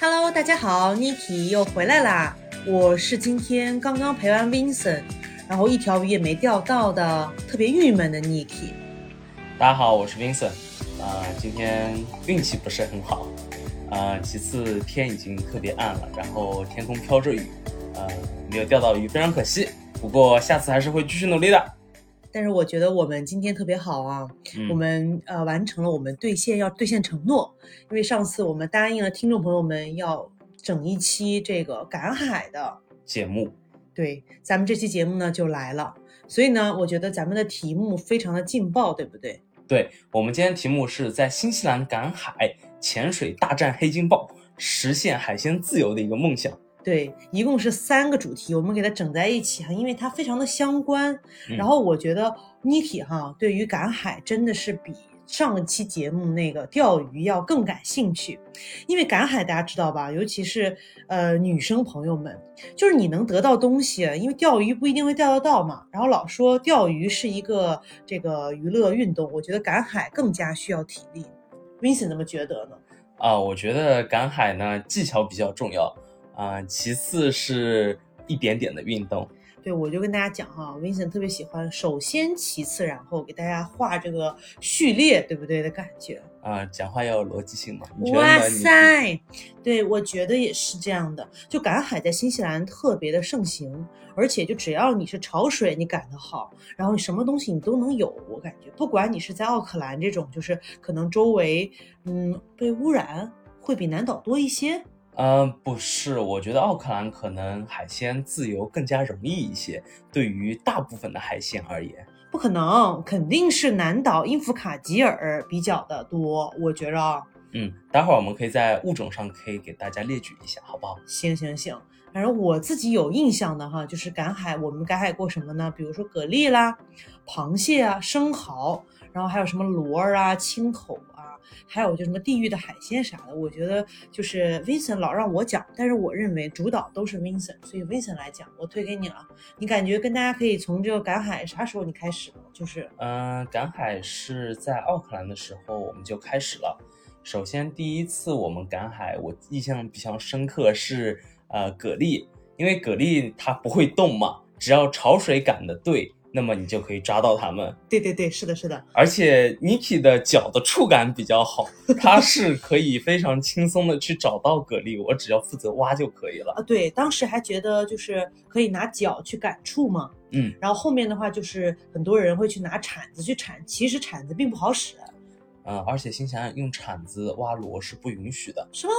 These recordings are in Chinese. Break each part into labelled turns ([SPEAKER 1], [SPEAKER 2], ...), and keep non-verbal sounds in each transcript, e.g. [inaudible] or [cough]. [SPEAKER 1] Hello，大家好，Niki 又回来啦！我是今天刚刚陪完 Vincent，然后一条鱼也没钓到的，特别郁闷的 Niki。
[SPEAKER 2] 大家好，我是 Vincent。呃，今天运气不是很好，呃，其次天已经特别暗了，然后天空飘着雨，呃，没有钓到鱼，非常可惜。不过下次还是会继续努力的。
[SPEAKER 1] 但是我觉得我们今天特别好啊，
[SPEAKER 2] 嗯
[SPEAKER 1] 我们呃完成了我们兑现要兑现承诺，因为上次我们答应了听众朋友们要整一期这个赶海的，
[SPEAKER 2] 节目，
[SPEAKER 1] 对，咱们这期节目呢就来了。所以呢，我觉得咱们的题目非常的劲爆，对不对？
[SPEAKER 2] 对我们今天题目是在新西兰赶海潜水大战黑金豹，实现海鲜自由的一个梦想。
[SPEAKER 1] 对，一共是三个主题，我们给它整在一起哈，因为它非常的相关。
[SPEAKER 2] 嗯
[SPEAKER 1] 然后我觉得 Niki 哈，对于赶海真的是比上一期节目那个钓鱼要更感兴趣，因为赶海大家知道吧，尤其是呃女生朋友们，就是你能得到东西，因为钓鱼不一定会钓得到嘛。然后老说钓鱼是一个这个娱乐运动，我觉得赶海更加需要体力。Vincent 怎么觉得呢？
[SPEAKER 2] 啊、我觉得赶海呢技巧比较重要，啊、其次是一点点的运动。
[SPEAKER 1] 对，我就跟大家讲哈，Vincent 特别喜欢首先、其次，然后给大家画这个序列，对不对的感觉。
[SPEAKER 2] 啊、讲话要有逻辑性嘛？你觉得呢
[SPEAKER 1] 哇
[SPEAKER 2] 你
[SPEAKER 1] 塞，对我觉得也是这样的。就赶海在新西兰特别的盛行，而且就只要你是潮水，你赶得好，然后什么东西你都能有。我感觉，不管你是在奥克兰这种，就是可能周围嗯被污染会比南岛多一些，
[SPEAKER 2] 嗯，不是，我觉得奥克兰可能海鲜自由更加容易一些，对于大部分的海鲜而言。
[SPEAKER 1] 不可能，肯定是南岛因弗卡吉尔比较的多，我觉着啊。
[SPEAKER 2] 嗯，待会儿我们可以在物种上可以给大家列举一下，好不好？
[SPEAKER 1] 行行行，反正我自己有印象的哈，就是赶海，我们赶海过什么呢？比如说蛤蜊啦、螃蟹啊、生蚝，然后还有什么螺儿啊、青口啊，还有就什么地域的海鲜啥的。我觉得就是 Vincent 老让我讲，但是我认为主导都是 Vincent，所以 Vincent 来讲，我推给你了。你感觉跟大家可以从这个赶海啥时候你开始呢？就是
[SPEAKER 2] 嗯、赶海是在奥克兰的时候我们就开始了。首先第一次我们赶海，我印象比较深刻是呃蛤蜊，因为蛤蜊它不会动嘛，只要潮水赶的对，那么你就可以抓到它们。
[SPEAKER 1] 对对对，是的，是的，
[SPEAKER 2] 而且 Niki 的脚的触感比较好， [laughs] 它是可以非常轻松的去找到蛤蜊，我只要负责挖就可以了。
[SPEAKER 1] 啊，对，当时还觉得就是可以拿脚去感触嘛。
[SPEAKER 2] 嗯，
[SPEAKER 1] 然后后面的话就是很多人会去拿铲子去铲，其实铲子并不好使。
[SPEAKER 2] 呃，而且新西兰用铲子挖螺是不允许的。
[SPEAKER 1] 是吗？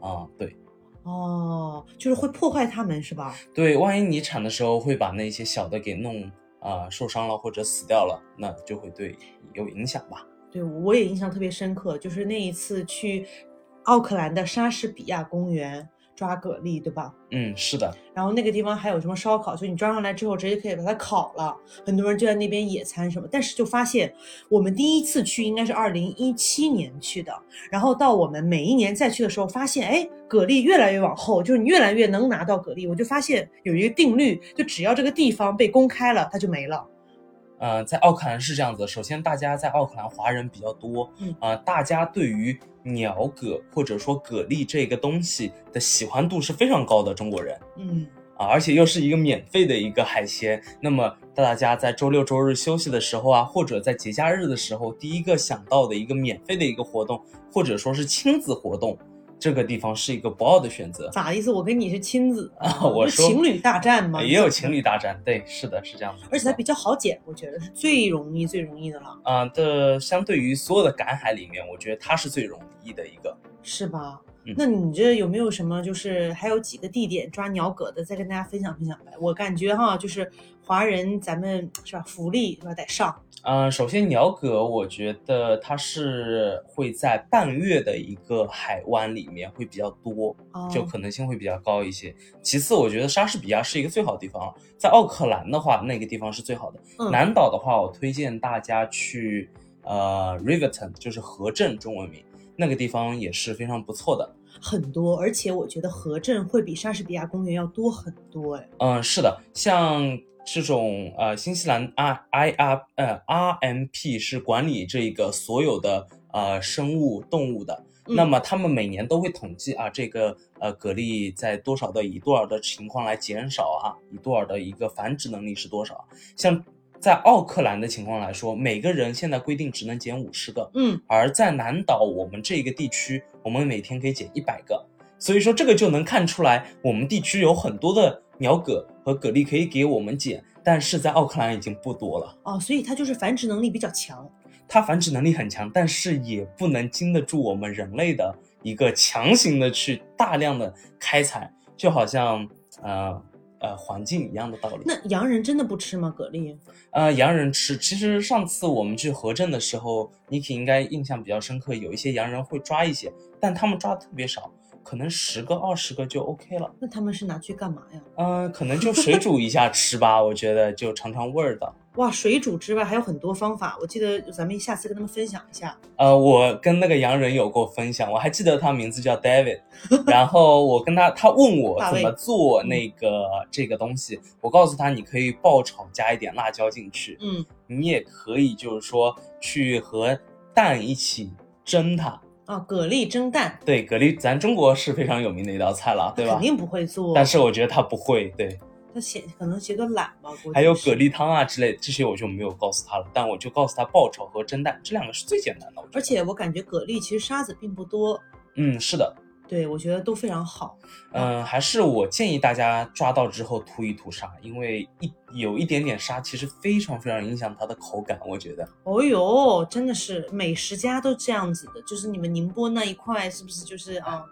[SPEAKER 2] 啊、对
[SPEAKER 1] 哦，就是会破坏它们是吧？
[SPEAKER 2] 对，万一你铲的时候会把那些小的给弄啊、受伤了或者死掉了，那就会对你有影响吧。
[SPEAKER 1] 对，我也印象特别深刻，就是那一次去奥克兰的莎士比亚公园抓蛤蜊，对吧？
[SPEAKER 2] 嗯，是的，
[SPEAKER 1] 然后那个地方还有什么烧烤，就你抓上来之后直接可以把它烤了，很多人就在那边野餐什么。但是就发现我们第一次去应该是二零一七年去的，然后到我们每一年再去的时候，发现哎，蛤蜊越来越往后，就是你越来越能拿到蛤蜊。我就发现有一个定律，就只要这个地方被公开了，它就没了。
[SPEAKER 2] 呃，在奥克兰是这样子的，首先大家在奥克兰华人比较多，
[SPEAKER 1] 嗯
[SPEAKER 2] 呃，大家对于鸟蛤或者说蛤蜊这个东西的喜欢度是非常高的，中国人
[SPEAKER 1] 嗯，
[SPEAKER 2] 啊，而且又是一个免费的一个海鲜，那么大家在周六周日休息的时候啊，或者在节假日的时候，第一个想到的一个免费的一个活动，或者说是亲子活动，这个地方是一个不二的选择。 [laughs]
[SPEAKER 1] 咋的意思？我跟你是亲子
[SPEAKER 2] 啊我
[SPEAKER 1] 不是
[SPEAKER 2] 说
[SPEAKER 1] 情侣大战吗？
[SPEAKER 2] 也有情侣，大战，对，是的，是这样子。
[SPEAKER 1] 而且它比较好捡，我觉得是最容易最容易的了，
[SPEAKER 2] 啊、的相对于所有的赶海里面，我觉得它是最容易的一个。
[SPEAKER 1] 是吧？
[SPEAKER 2] 嗯
[SPEAKER 1] 那你这有没有什么，就是还有几个地点抓鸟蛤的，再跟大家分享分享呗？我感觉哈，就是华人咱们是吧，福利是吧得上，
[SPEAKER 2] 嗯、首先鸟蛤，我觉得它是会在半月的一个海湾里面会比较多，
[SPEAKER 1] 哦
[SPEAKER 2] 就可能性会比较高一些。其次，我觉得莎士比亚是一个最好的地方，啊在奥克兰的话，那个地方是最好的。
[SPEAKER 1] 嗯
[SPEAKER 2] 南岛的话，我推荐大家去呃 Riverton，就是河镇中文名，那个地方也是非常不错的。
[SPEAKER 1] 很多，而且我觉得河镇会比莎士比亚公园要多很多哎。
[SPEAKER 2] 嗯，是的，像这种呃，新西兰 R I R 呃 R M P 是管理这个所有的呃生物动物的，
[SPEAKER 1] 嗯
[SPEAKER 2] 那么他们每年都会统计啊，这个呃蛤蜊在多少的以多少的情况来减少啊，以多少的一个繁殖能力是多少。像在奥克兰的情况来说，每个人现在规定只能减五十个，
[SPEAKER 1] 嗯，
[SPEAKER 2] 而在南岛我们这个地区，我们每天可以减一百个。所以说这个就能看出来，我们地区有很多的鸟蛤和蛤蜊可以给我们捡，但是在奥克兰已经不多了。
[SPEAKER 1] 哦，所以它就是繁殖能力比较强。
[SPEAKER 2] 它繁殖能力很强，但是也不能经得住我们人类的一个强行的去大量的开采，就好像呃呃环境一样的道理。
[SPEAKER 1] 那洋人真的不吃吗？蛤蜊？
[SPEAKER 2] 呃，洋人吃，其实上次我们去河镇的时候，Niki 应该印象比较深刻，有一些洋人会抓一些，但他们抓的特别少，可能十个二十个就 OK 了。
[SPEAKER 1] 那他们是拿去干嘛呀？
[SPEAKER 2] 嗯、可能就水煮一下吃吧，我觉得就尝尝味儿的。
[SPEAKER 1] 哇，水煮之外还有很多方法，我记得咱们下次跟他们分享一下。
[SPEAKER 2] 呃，我跟那个洋人有过分享，我还记得他名字叫 David，然后我跟他，他问我
[SPEAKER 1] 大卫
[SPEAKER 2] 怎么做那个这个东西，我告诉他你可以爆炒加一点辣椒进去，
[SPEAKER 1] 嗯，
[SPEAKER 2] 你也可以就是说去和蛋一起蒸它。
[SPEAKER 1] 啊，蛤蜊蒸蛋，
[SPEAKER 2] 对，蛤蜊咱中国是非常有名的一道菜了，对吧
[SPEAKER 1] 肯？定不会做，
[SPEAKER 2] 但是我觉得他不会，对，
[SPEAKER 1] 他嫌可能嫌得懒吧，估计
[SPEAKER 2] 还有
[SPEAKER 1] 是
[SPEAKER 2] 蛤。蜊汤啊之类这些我就没有告诉他了，但我就告诉他爆炒和蒸蛋这两个是最简单的，我觉得
[SPEAKER 1] 而且我感觉蛤蜊其实沙子并不多，
[SPEAKER 2] 嗯，是的，
[SPEAKER 1] 对我觉得都非常好。
[SPEAKER 2] 嗯，还是我建议大家抓到之后涂一涂沙，因为一有一点点沙，其实非常非常影响它的口感。我觉得，
[SPEAKER 1] 哦呦，真的是美食家都这样子的，就是你们宁波那一块是不是就是
[SPEAKER 2] [laughs]
[SPEAKER 1] 啊？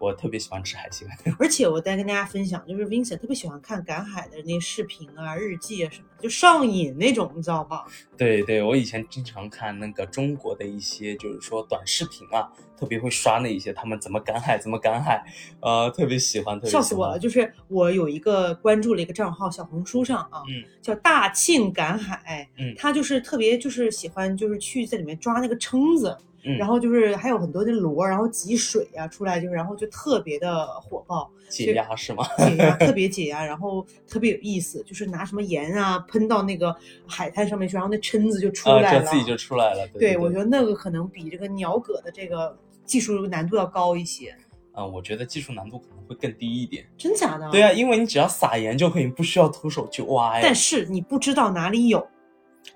[SPEAKER 2] 我特别喜欢吃海鲜。 [laughs]
[SPEAKER 1] 而且我再跟大家分享，就是 Vincent 特别喜欢看赶海的那些视频啊、日记啊什么，就上瘾那种，你知道吧？
[SPEAKER 2] 对对，我以前经常看那个中国的一些，就是说短视频啊，特别会刷那一些他们怎么赶海，怎么赶海，呃，特别喜欢，特别喜
[SPEAKER 1] 笑
[SPEAKER 2] 欢。
[SPEAKER 1] 死我了！就是我有一个关注了一个账号，小红书上啊，
[SPEAKER 2] 嗯
[SPEAKER 1] 叫大庆赶海，
[SPEAKER 2] 嗯
[SPEAKER 1] 他就是特别就是喜欢就是去在里面抓那个蛏子，
[SPEAKER 2] 嗯，
[SPEAKER 1] 然后就是还有很多的螺，然后挤水啊出来，就是然后就特别的火爆，
[SPEAKER 2] 解压是吗？
[SPEAKER 1] 解
[SPEAKER 2] [laughs]
[SPEAKER 1] 压特别解压，然后特别有意思，就是拿什么盐啊喷到那个海滩上面去，然后那蛏子就出
[SPEAKER 2] 呃，
[SPEAKER 1] 来了。
[SPEAKER 2] 这自己 [laughs] 就出来了。对
[SPEAKER 1] 对
[SPEAKER 2] 对，
[SPEAKER 1] 我觉得那个可能比这个鸟蛤的这个技术难度要高一些，
[SPEAKER 2] 啊、我觉得技术难度可能会更低一点。
[SPEAKER 1] 真假的？
[SPEAKER 2] 对啊，因为你只要撒盐就可以，不需要徒手去挖呀。
[SPEAKER 1] 但是你不知道哪里有，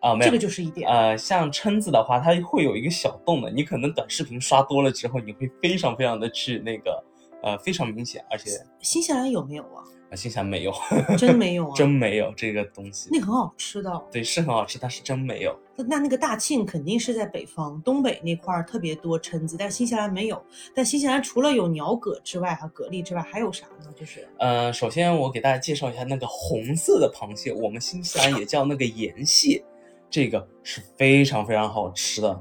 [SPEAKER 2] 啊，没
[SPEAKER 1] 这
[SPEAKER 2] 有
[SPEAKER 1] 个就是一点。
[SPEAKER 2] 呃，像蛏子的话，它会有一个小洞的，你可能短视频刷多了之后，你会非常非常的去那个，呃，非常明显，而且
[SPEAKER 1] 新西兰有没有啊？
[SPEAKER 2] 呃心想没有， [laughs]
[SPEAKER 1] 真没有啊，
[SPEAKER 2] 真没有这个东西。
[SPEAKER 1] 那个很好吃的。哦
[SPEAKER 2] 对，是很好吃，但是真没有。
[SPEAKER 1] 那那那个大庆肯定是在北方，东北那块儿特别多蛏子，但新西兰没有。但新西兰除了有鸟蛤之外，和蛤蜊之外，还有啥呢？就是
[SPEAKER 2] 呃，首先我给大家介绍一下那个红色的螃蟹，我们新西兰也叫那个盐蟹，这个是非常非常好吃的。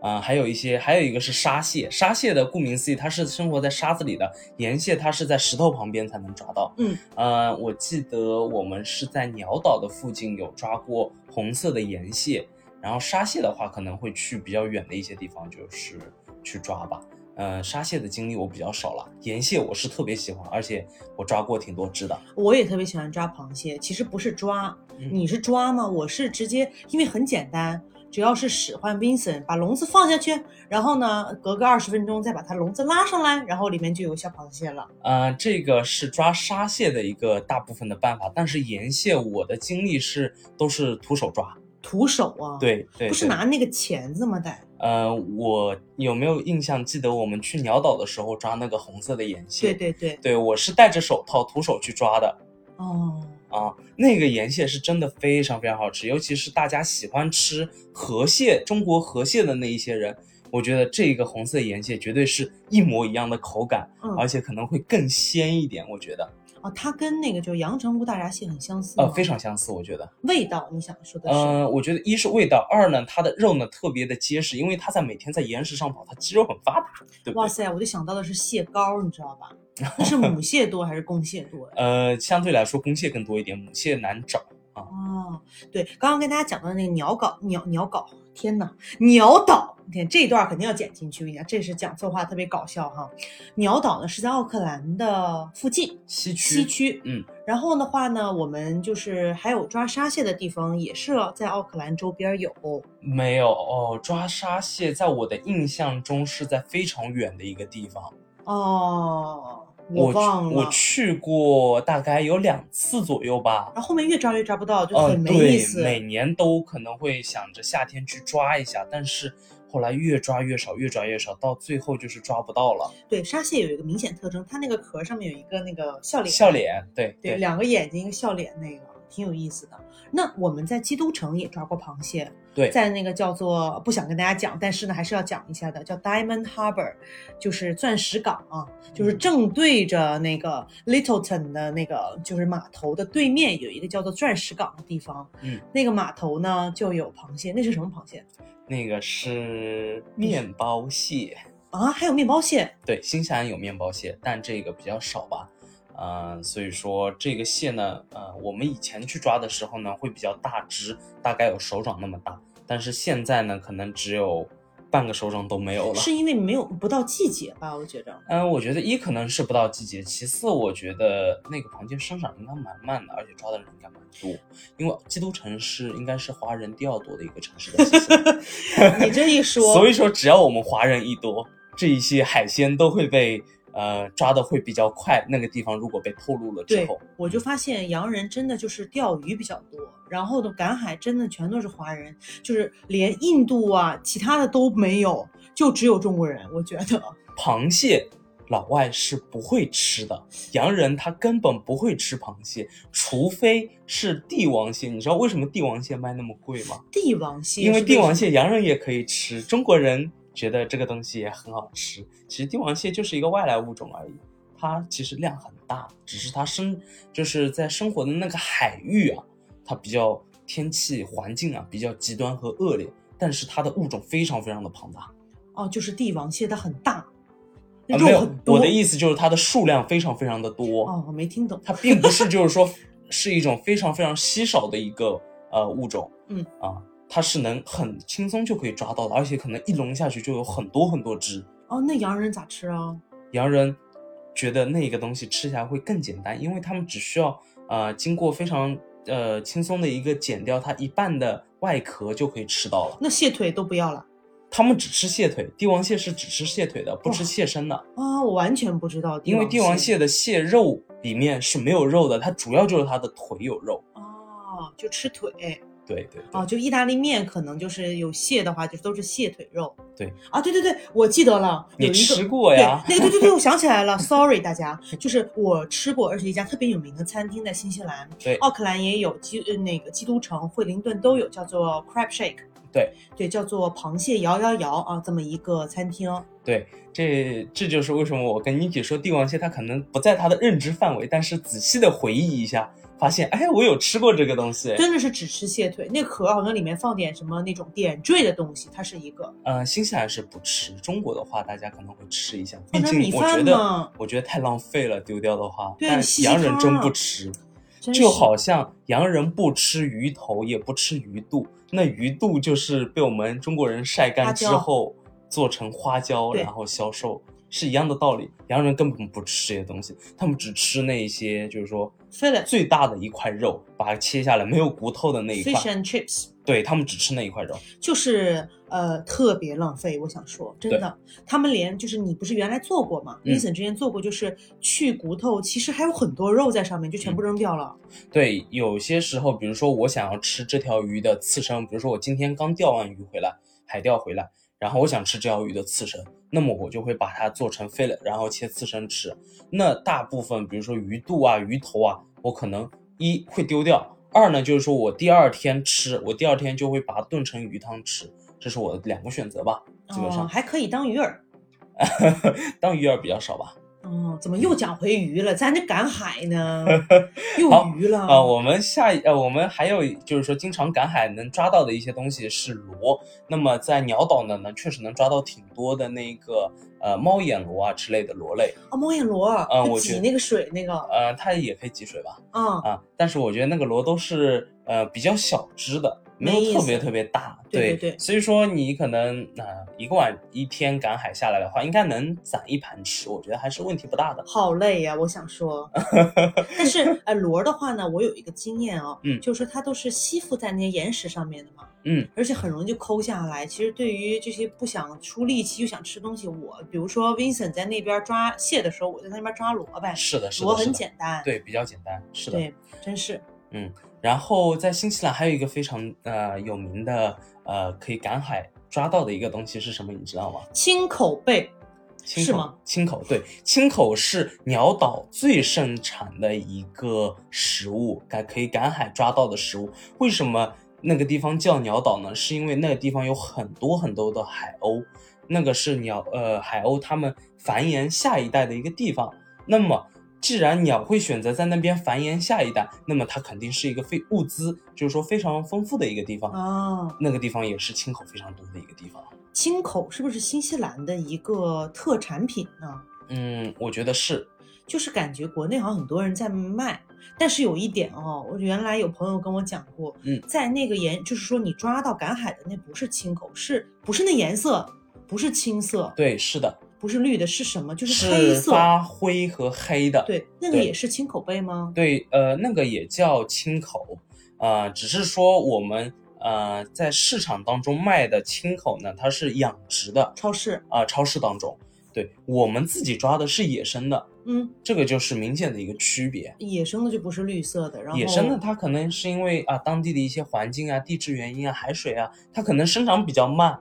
[SPEAKER 2] 啊、还有一些，还有一个是沙蟹，沙蟹的顾名思义，它是生活在沙子里的，盐蟹它是在石头旁边才能抓到。
[SPEAKER 1] 嗯，
[SPEAKER 2] 呃，我记得我们是在鸟岛的附近有抓过红色的盐蟹，然后沙蟹的话可能会去比较远的一些地方，就是去抓吧。呃，沙蟹的经历我比较少了，盐蟹我是特别喜欢，而且我抓过挺多只的。
[SPEAKER 1] 我也特别喜欢抓螃蟹，其实不是抓，
[SPEAKER 2] 嗯
[SPEAKER 1] 你是抓吗？我是直接，因为很简单，只要是使唤 Vincent 把笼子放下去，然后呢，隔个二十分钟再把它笼子拉上来，然后里面就有小螃蟹了。
[SPEAKER 2] 呃，这个是抓沙蟹的一个大部分的办法，但是盐蟹我的经历是都是徒手抓，
[SPEAKER 1] 徒手啊，，
[SPEAKER 2] 对对，
[SPEAKER 1] 不是
[SPEAKER 2] 对
[SPEAKER 1] 拿那个钳子吗？得，
[SPEAKER 2] 呃，我有没有印象？记得我们去鸟岛的时候抓那个红色的盐蟹，
[SPEAKER 1] 对对对，
[SPEAKER 2] 对我是戴着手套徒手去抓的
[SPEAKER 1] 哦，
[SPEAKER 2] 啊。那个盐蟹是真的非常非常好吃，尤其是大家喜欢吃河蟹，中国河蟹的那一些人，我觉得这个红色盐蟹绝对是一模一样的口感，
[SPEAKER 1] 嗯，
[SPEAKER 2] 而且可能会更鲜一点。我觉得，
[SPEAKER 1] 哦，它跟那个就阳澄湖大闸蟹很相似吗，
[SPEAKER 2] 呃，非常相似。我觉得，
[SPEAKER 1] 味道，你想说的是，
[SPEAKER 2] 呃，我觉得一是味道，二呢，它的肉呢特别的结实，因为它在每天在岩石上跑，它肌肉很发达，对不
[SPEAKER 1] 哇
[SPEAKER 2] 对？
[SPEAKER 1] 塞，我就想到的是蟹膏，你知道吧？那是母蟹多还是公蟹多
[SPEAKER 2] [laughs]
[SPEAKER 1] 呀？
[SPEAKER 2] 呃，相对来说，公蟹更多一点，母蟹难找。
[SPEAKER 1] 哦，对，刚刚跟大家讲到那个鸟稿，鸟鸟稿，天呐，鸟岛，你看这一段肯定要剪进去，我跟你讲，这是讲错话，特别搞笑哈。鸟岛呢是在奥克兰的附近
[SPEAKER 2] 西区，
[SPEAKER 1] 西区，
[SPEAKER 2] 嗯，
[SPEAKER 1] 然后的话呢，我们就是还有抓沙蟹的地方，也是在奥克兰周边有。
[SPEAKER 2] 没有哦，抓沙蟹在我的印象中是在非常远的一个地方，
[SPEAKER 1] 哦，
[SPEAKER 2] 我
[SPEAKER 1] 忘了。
[SPEAKER 2] 我去过大概有两次左右吧。
[SPEAKER 1] 然后后面越抓越抓不到，就
[SPEAKER 2] 呃，
[SPEAKER 1] 很没意
[SPEAKER 2] 对，
[SPEAKER 1] 思。
[SPEAKER 2] 每年都可能会想着夏天去抓一下，但是后来越抓越少，越抓越少，到最后就是抓不到了。
[SPEAKER 1] 对沙蟹有一个明显特征，它那个壳上面有一个那个笑脸，
[SPEAKER 2] 笑脸，对
[SPEAKER 1] 对，两个眼睛一个笑脸那个挺有意思的。那我们在基督城也抓过螃蟹，
[SPEAKER 2] 对
[SPEAKER 1] 在那个叫做不想跟大家讲，但是呢还是要讲一下的，叫 Diamond Harbor，就是钻石港啊，
[SPEAKER 2] 嗯
[SPEAKER 1] 就是正对着那个 Littleton 的那个就是码头的对面有一个叫做钻石港的地方，
[SPEAKER 2] 嗯，
[SPEAKER 1] 那个码头呢就有螃蟹，那是什么螃蟹
[SPEAKER 2] 那个是
[SPEAKER 1] 嗯
[SPEAKER 2] 面包蟹，
[SPEAKER 1] 啊？还有面包蟹，
[SPEAKER 2] 对，新西兰有面包蟹，但这个比较少吧。呃，所以说这个蟹呢，呃，我们以前去抓的时候呢，会比较大只，大概有手掌那么大，但是现在呢，可能只有半个手掌都没有了。
[SPEAKER 1] 是因为没有不到季节吧？我觉
[SPEAKER 2] [laughs]
[SPEAKER 1] 着。
[SPEAKER 2] 嗯，我觉得一可能是不到季节，其次我觉得那个螃蟹生长应该蛮慢的，而且抓的人应该蛮多，因为基督城市应该是华人第二多的一个城市的西西兰
[SPEAKER 1] 你这一说，
[SPEAKER 2] 所以说只要我们华人一多，这一些海鲜都会被呃抓的会比较快。那个地方如果被透露了之
[SPEAKER 1] 对
[SPEAKER 2] 后，，
[SPEAKER 1] 我就发现洋人真的就是钓鱼比较多，然后呢，赶海真的全都是华人，就是连印度啊，其他的都没有，就只有中国人。我觉得
[SPEAKER 2] 螃蟹老外是不会吃的，洋人他根本不会吃螃蟹，除非是帝王蟹。你知道为什么帝王蟹卖那么贵吗？
[SPEAKER 1] 帝王蟹，
[SPEAKER 2] 因为帝王，蟹洋人也可以吃，中国人觉得这个东西也很好吃。其实帝王蟹就是一个外来物种而已，它其实量很大，只是它生就是在生活的那个海域啊，它比较天气环境啊比较极端和恶劣，但是它的物种非常非常的庞大。
[SPEAKER 1] 哦，就是帝王蟹它很大，
[SPEAKER 2] 啊，
[SPEAKER 1] 肉
[SPEAKER 2] 没有
[SPEAKER 1] 很，多。
[SPEAKER 2] 我的意思就是它的数量非常非常的多，
[SPEAKER 1] 哦，我没听懂。
[SPEAKER 2] 它并不是就是说是一种非常非常稀少的一个呃物种，
[SPEAKER 1] 嗯
[SPEAKER 2] 啊，它是能很轻松就可以抓到的，而且可能一笼下去就有很多很多只。
[SPEAKER 1] 哦，那洋人咋吃啊？
[SPEAKER 2] 洋人觉得那个东西吃起来会更简单，因为他们只需要呃经过非常呃轻松的一个剪掉它一半的外壳就可以吃到了。
[SPEAKER 1] 那蟹腿都不要了
[SPEAKER 2] 他们只吃蟹腿，帝王蟹是只吃蟹腿的，不吃
[SPEAKER 1] 哇
[SPEAKER 2] 蟹身的。
[SPEAKER 1] 啊、我完全不知道
[SPEAKER 2] 因为帝王蟹的蟹肉里面是没有肉的，它主要就是它的腿有肉。
[SPEAKER 1] 哦，就吃腿。
[SPEAKER 2] 对对对，
[SPEAKER 1] 哦，就意大利面可能就是有蟹的话，就都是蟹腿肉。
[SPEAKER 2] 对
[SPEAKER 1] 啊，对对对，我记得了，有
[SPEAKER 2] 你
[SPEAKER 1] 一个
[SPEAKER 2] 吃过呀？
[SPEAKER 1] 对，那个对对对，我想起来了，sorry 大家，就是我吃过，而且一家特别有名的餐厅在新西兰，
[SPEAKER 2] 对
[SPEAKER 1] 奥克兰也有，基呃那个基督城、惠灵顿都有，叫做 Crab Shake，
[SPEAKER 2] 对
[SPEAKER 1] 对，叫做螃蟹摇摇摇啊，这么一个餐厅。
[SPEAKER 2] 这这就是为什么我跟 Niki 说帝王蟹，它可能不在他的认知范围，但是仔细的回忆一下，发现哎，我有吃过这个东西。
[SPEAKER 1] 真的是只吃蟹腿，那壳好像里面放点什么那种点缀的东西，它是一个
[SPEAKER 2] 嗯、新西兰是不吃，中国的话大家可能会吃一下，毕
[SPEAKER 1] 换成哦米
[SPEAKER 2] 竟我觉
[SPEAKER 1] 饭
[SPEAKER 2] 得
[SPEAKER 1] 嘛，
[SPEAKER 2] 我觉得太浪费了，丢掉的话。
[SPEAKER 1] 对啊
[SPEAKER 2] 但
[SPEAKER 1] 稀
[SPEAKER 2] 洋人真
[SPEAKER 1] 汤
[SPEAKER 2] 不吃，
[SPEAKER 1] 真
[SPEAKER 2] 就是好像洋人不吃鱼头，也不吃鱼肚，那鱼肚就是被我们中国人晒
[SPEAKER 1] 花
[SPEAKER 2] 干之
[SPEAKER 1] 椒
[SPEAKER 2] 后做成花椒，
[SPEAKER 1] 对
[SPEAKER 2] 然后销售，是一样的道理。洋人根本不吃这些东西，他们只吃那一些，就是说
[SPEAKER 1] fillet
[SPEAKER 2] 最大的一块肉，把它切下来没有骨头的那一
[SPEAKER 1] fish
[SPEAKER 2] 块，
[SPEAKER 1] and chips。
[SPEAKER 2] 对他们只吃那一块肉。
[SPEAKER 1] 就是呃特别浪费。我想说，真的，他们连就是你不是原来做过吗
[SPEAKER 2] 嗯
[SPEAKER 1] ？Vincent 之前做过，就是去骨头，其实还有很多肉在上面，就
[SPEAKER 2] 嗯
[SPEAKER 1] 全部扔掉了。
[SPEAKER 2] 对，有些时候，比如说我想要吃这条鱼的刺身，比如说我今天刚钓完鱼回来，海钓回来，然后我想吃这条鱼的刺身，那么我就会把它做成 fillet，然后切刺身吃。那大部分，比如说鱼肚啊、鱼头啊，我可能一会丢掉，二呢就是说我第二天吃，我第二天就会把它炖成鱼汤吃，这是我的两个选择吧。基本
[SPEAKER 1] 哦
[SPEAKER 2] 上、
[SPEAKER 1] 还可以当鱼饵。
[SPEAKER 2] 当鱼饵比较少吧。
[SPEAKER 1] 哦，怎么
[SPEAKER 2] 嗯
[SPEAKER 1] 又讲回鱼了？咱这赶海
[SPEAKER 2] [laughs]
[SPEAKER 1] 呢，又
[SPEAKER 2] 好
[SPEAKER 1] 鱼了
[SPEAKER 2] 啊、我们下一呃，我们还有就是说，经常赶海能抓到的一些东西是螺。那么在鸟岛呢，呢确实能抓到挺多的那个呃猫眼螺啊之类的螺类，
[SPEAKER 1] 啊，猫眼螺，
[SPEAKER 2] 啊
[SPEAKER 1] 它
[SPEAKER 2] 我觉
[SPEAKER 1] 挤
[SPEAKER 2] 得
[SPEAKER 1] 那个水那个啊
[SPEAKER 2] 啊呃，它也可以挤水吧啊。但是我觉得那个螺都是呃比较小只的，没
[SPEAKER 1] 没意
[SPEAKER 2] 有特
[SPEAKER 1] 思
[SPEAKER 2] 别特别大，
[SPEAKER 1] 对对
[SPEAKER 2] 对
[SPEAKER 1] 对
[SPEAKER 2] 所以说你可能呃一个晚一天赶海下来的话，应该能攒一盘吃，我觉得还是问题不大的。
[SPEAKER 1] 好累呀、我想
[SPEAKER 2] [laughs]
[SPEAKER 1] 说。但是呃，螺儿的话呢，我有一个经验哦，
[SPEAKER 2] 嗯
[SPEAKER 1] 就是它都是吸附在那些岩石上面的嘛，
[SPEAKER 2] 嗯，
[SPEAKER 1] 而且很容易就抠下来。其实对于这些不想出力气又想吃东西，我比如说 Vincent 在那边抓蟹的时候，我在那边抓萝卜，
[SPEAKER 2] 是的，是的，
[SPEAKER 1] 螺
[SPEAKER 2] 是
[SPEAKER 1] 很
[SPEAKER 2] 的，
[SPEAKER 1] 简单，
[SPEAKER 2] 对，比较简单，是的。
[SPEAKER 1] 对，真是
[SPEAKER 2] 然后在新西兰还有一个非常呃有名的呃可以赶海抓到的一个东西是什么？你知道吗？
[SPEAKER 1] 青口贝。
[SPEAKER 2] 青
[SPEAKER 1] 是
[SPEAKER 2] 口
[SPEAKER 1] 吗？
[SPEAKER 2] 青口对，青口是鸟岛最盛产的一个食物，赶可以赶海抓到的食物。为什么那个地方叫鸟岛呢？是因为那个地方有很多很多的海鸥，那个是鸟呃海鸥它们繁衍下一代的一个地方。那么既然鸟会选择在那边繁衍下一代，那么它肯定是一个非物资，就是说非常丰富的一个地方。
[SPEAKER 1] 哦，
[SPEAKER 2] 那个地方也是青口非常多的一个地方。
[SPEAKER 1] 青口是不是新西兰的一个特产品呢？
[SPEAKER 2] 嗯，我觉得是，
[SPEAKER 1] 就是感觉国内好像很多人在卖，但是有一点哦，我原来有朋友跟我讲过，
[SPEAKER 2] 嗯
[SPEAKER 1] 在那个颜，就是说你抓到赶海的那不是青口，是不是那颜色？不是青色，
[SPEAKER 2] 对，是的。
[SPEAKER 1] 不是绿的，是什么？就是
[SPEAKER 2] 是
[SPEAKER 1] 黑色。
[SPEAKER 2] 发灰和黑的。
[SPEAKER 1] 对，那个
[SPEAKER 2] 对
[SPEAKER 1] 也是青口贝吗？
[SPEAKER 2] 对呃，那个也叫青口，呃，只是说我们呃在市场当中卖的青口呢，它是养殖的
[SPEAKER 1] 超市，
[SPEAKER 2] 啊、超市当中，对我们自己抓的是野生的，
[SPEAKER 1] 嗯，
[SPEAKER 2] 这个就是明显的一个区别。
[SPEAKER 1] 野生的就不是绿色的，然后
[SPEAKER 2] 野生的它可能是因为啊当地的一些环境啊、地质原因啊、海水啊，它可能生长比较慢，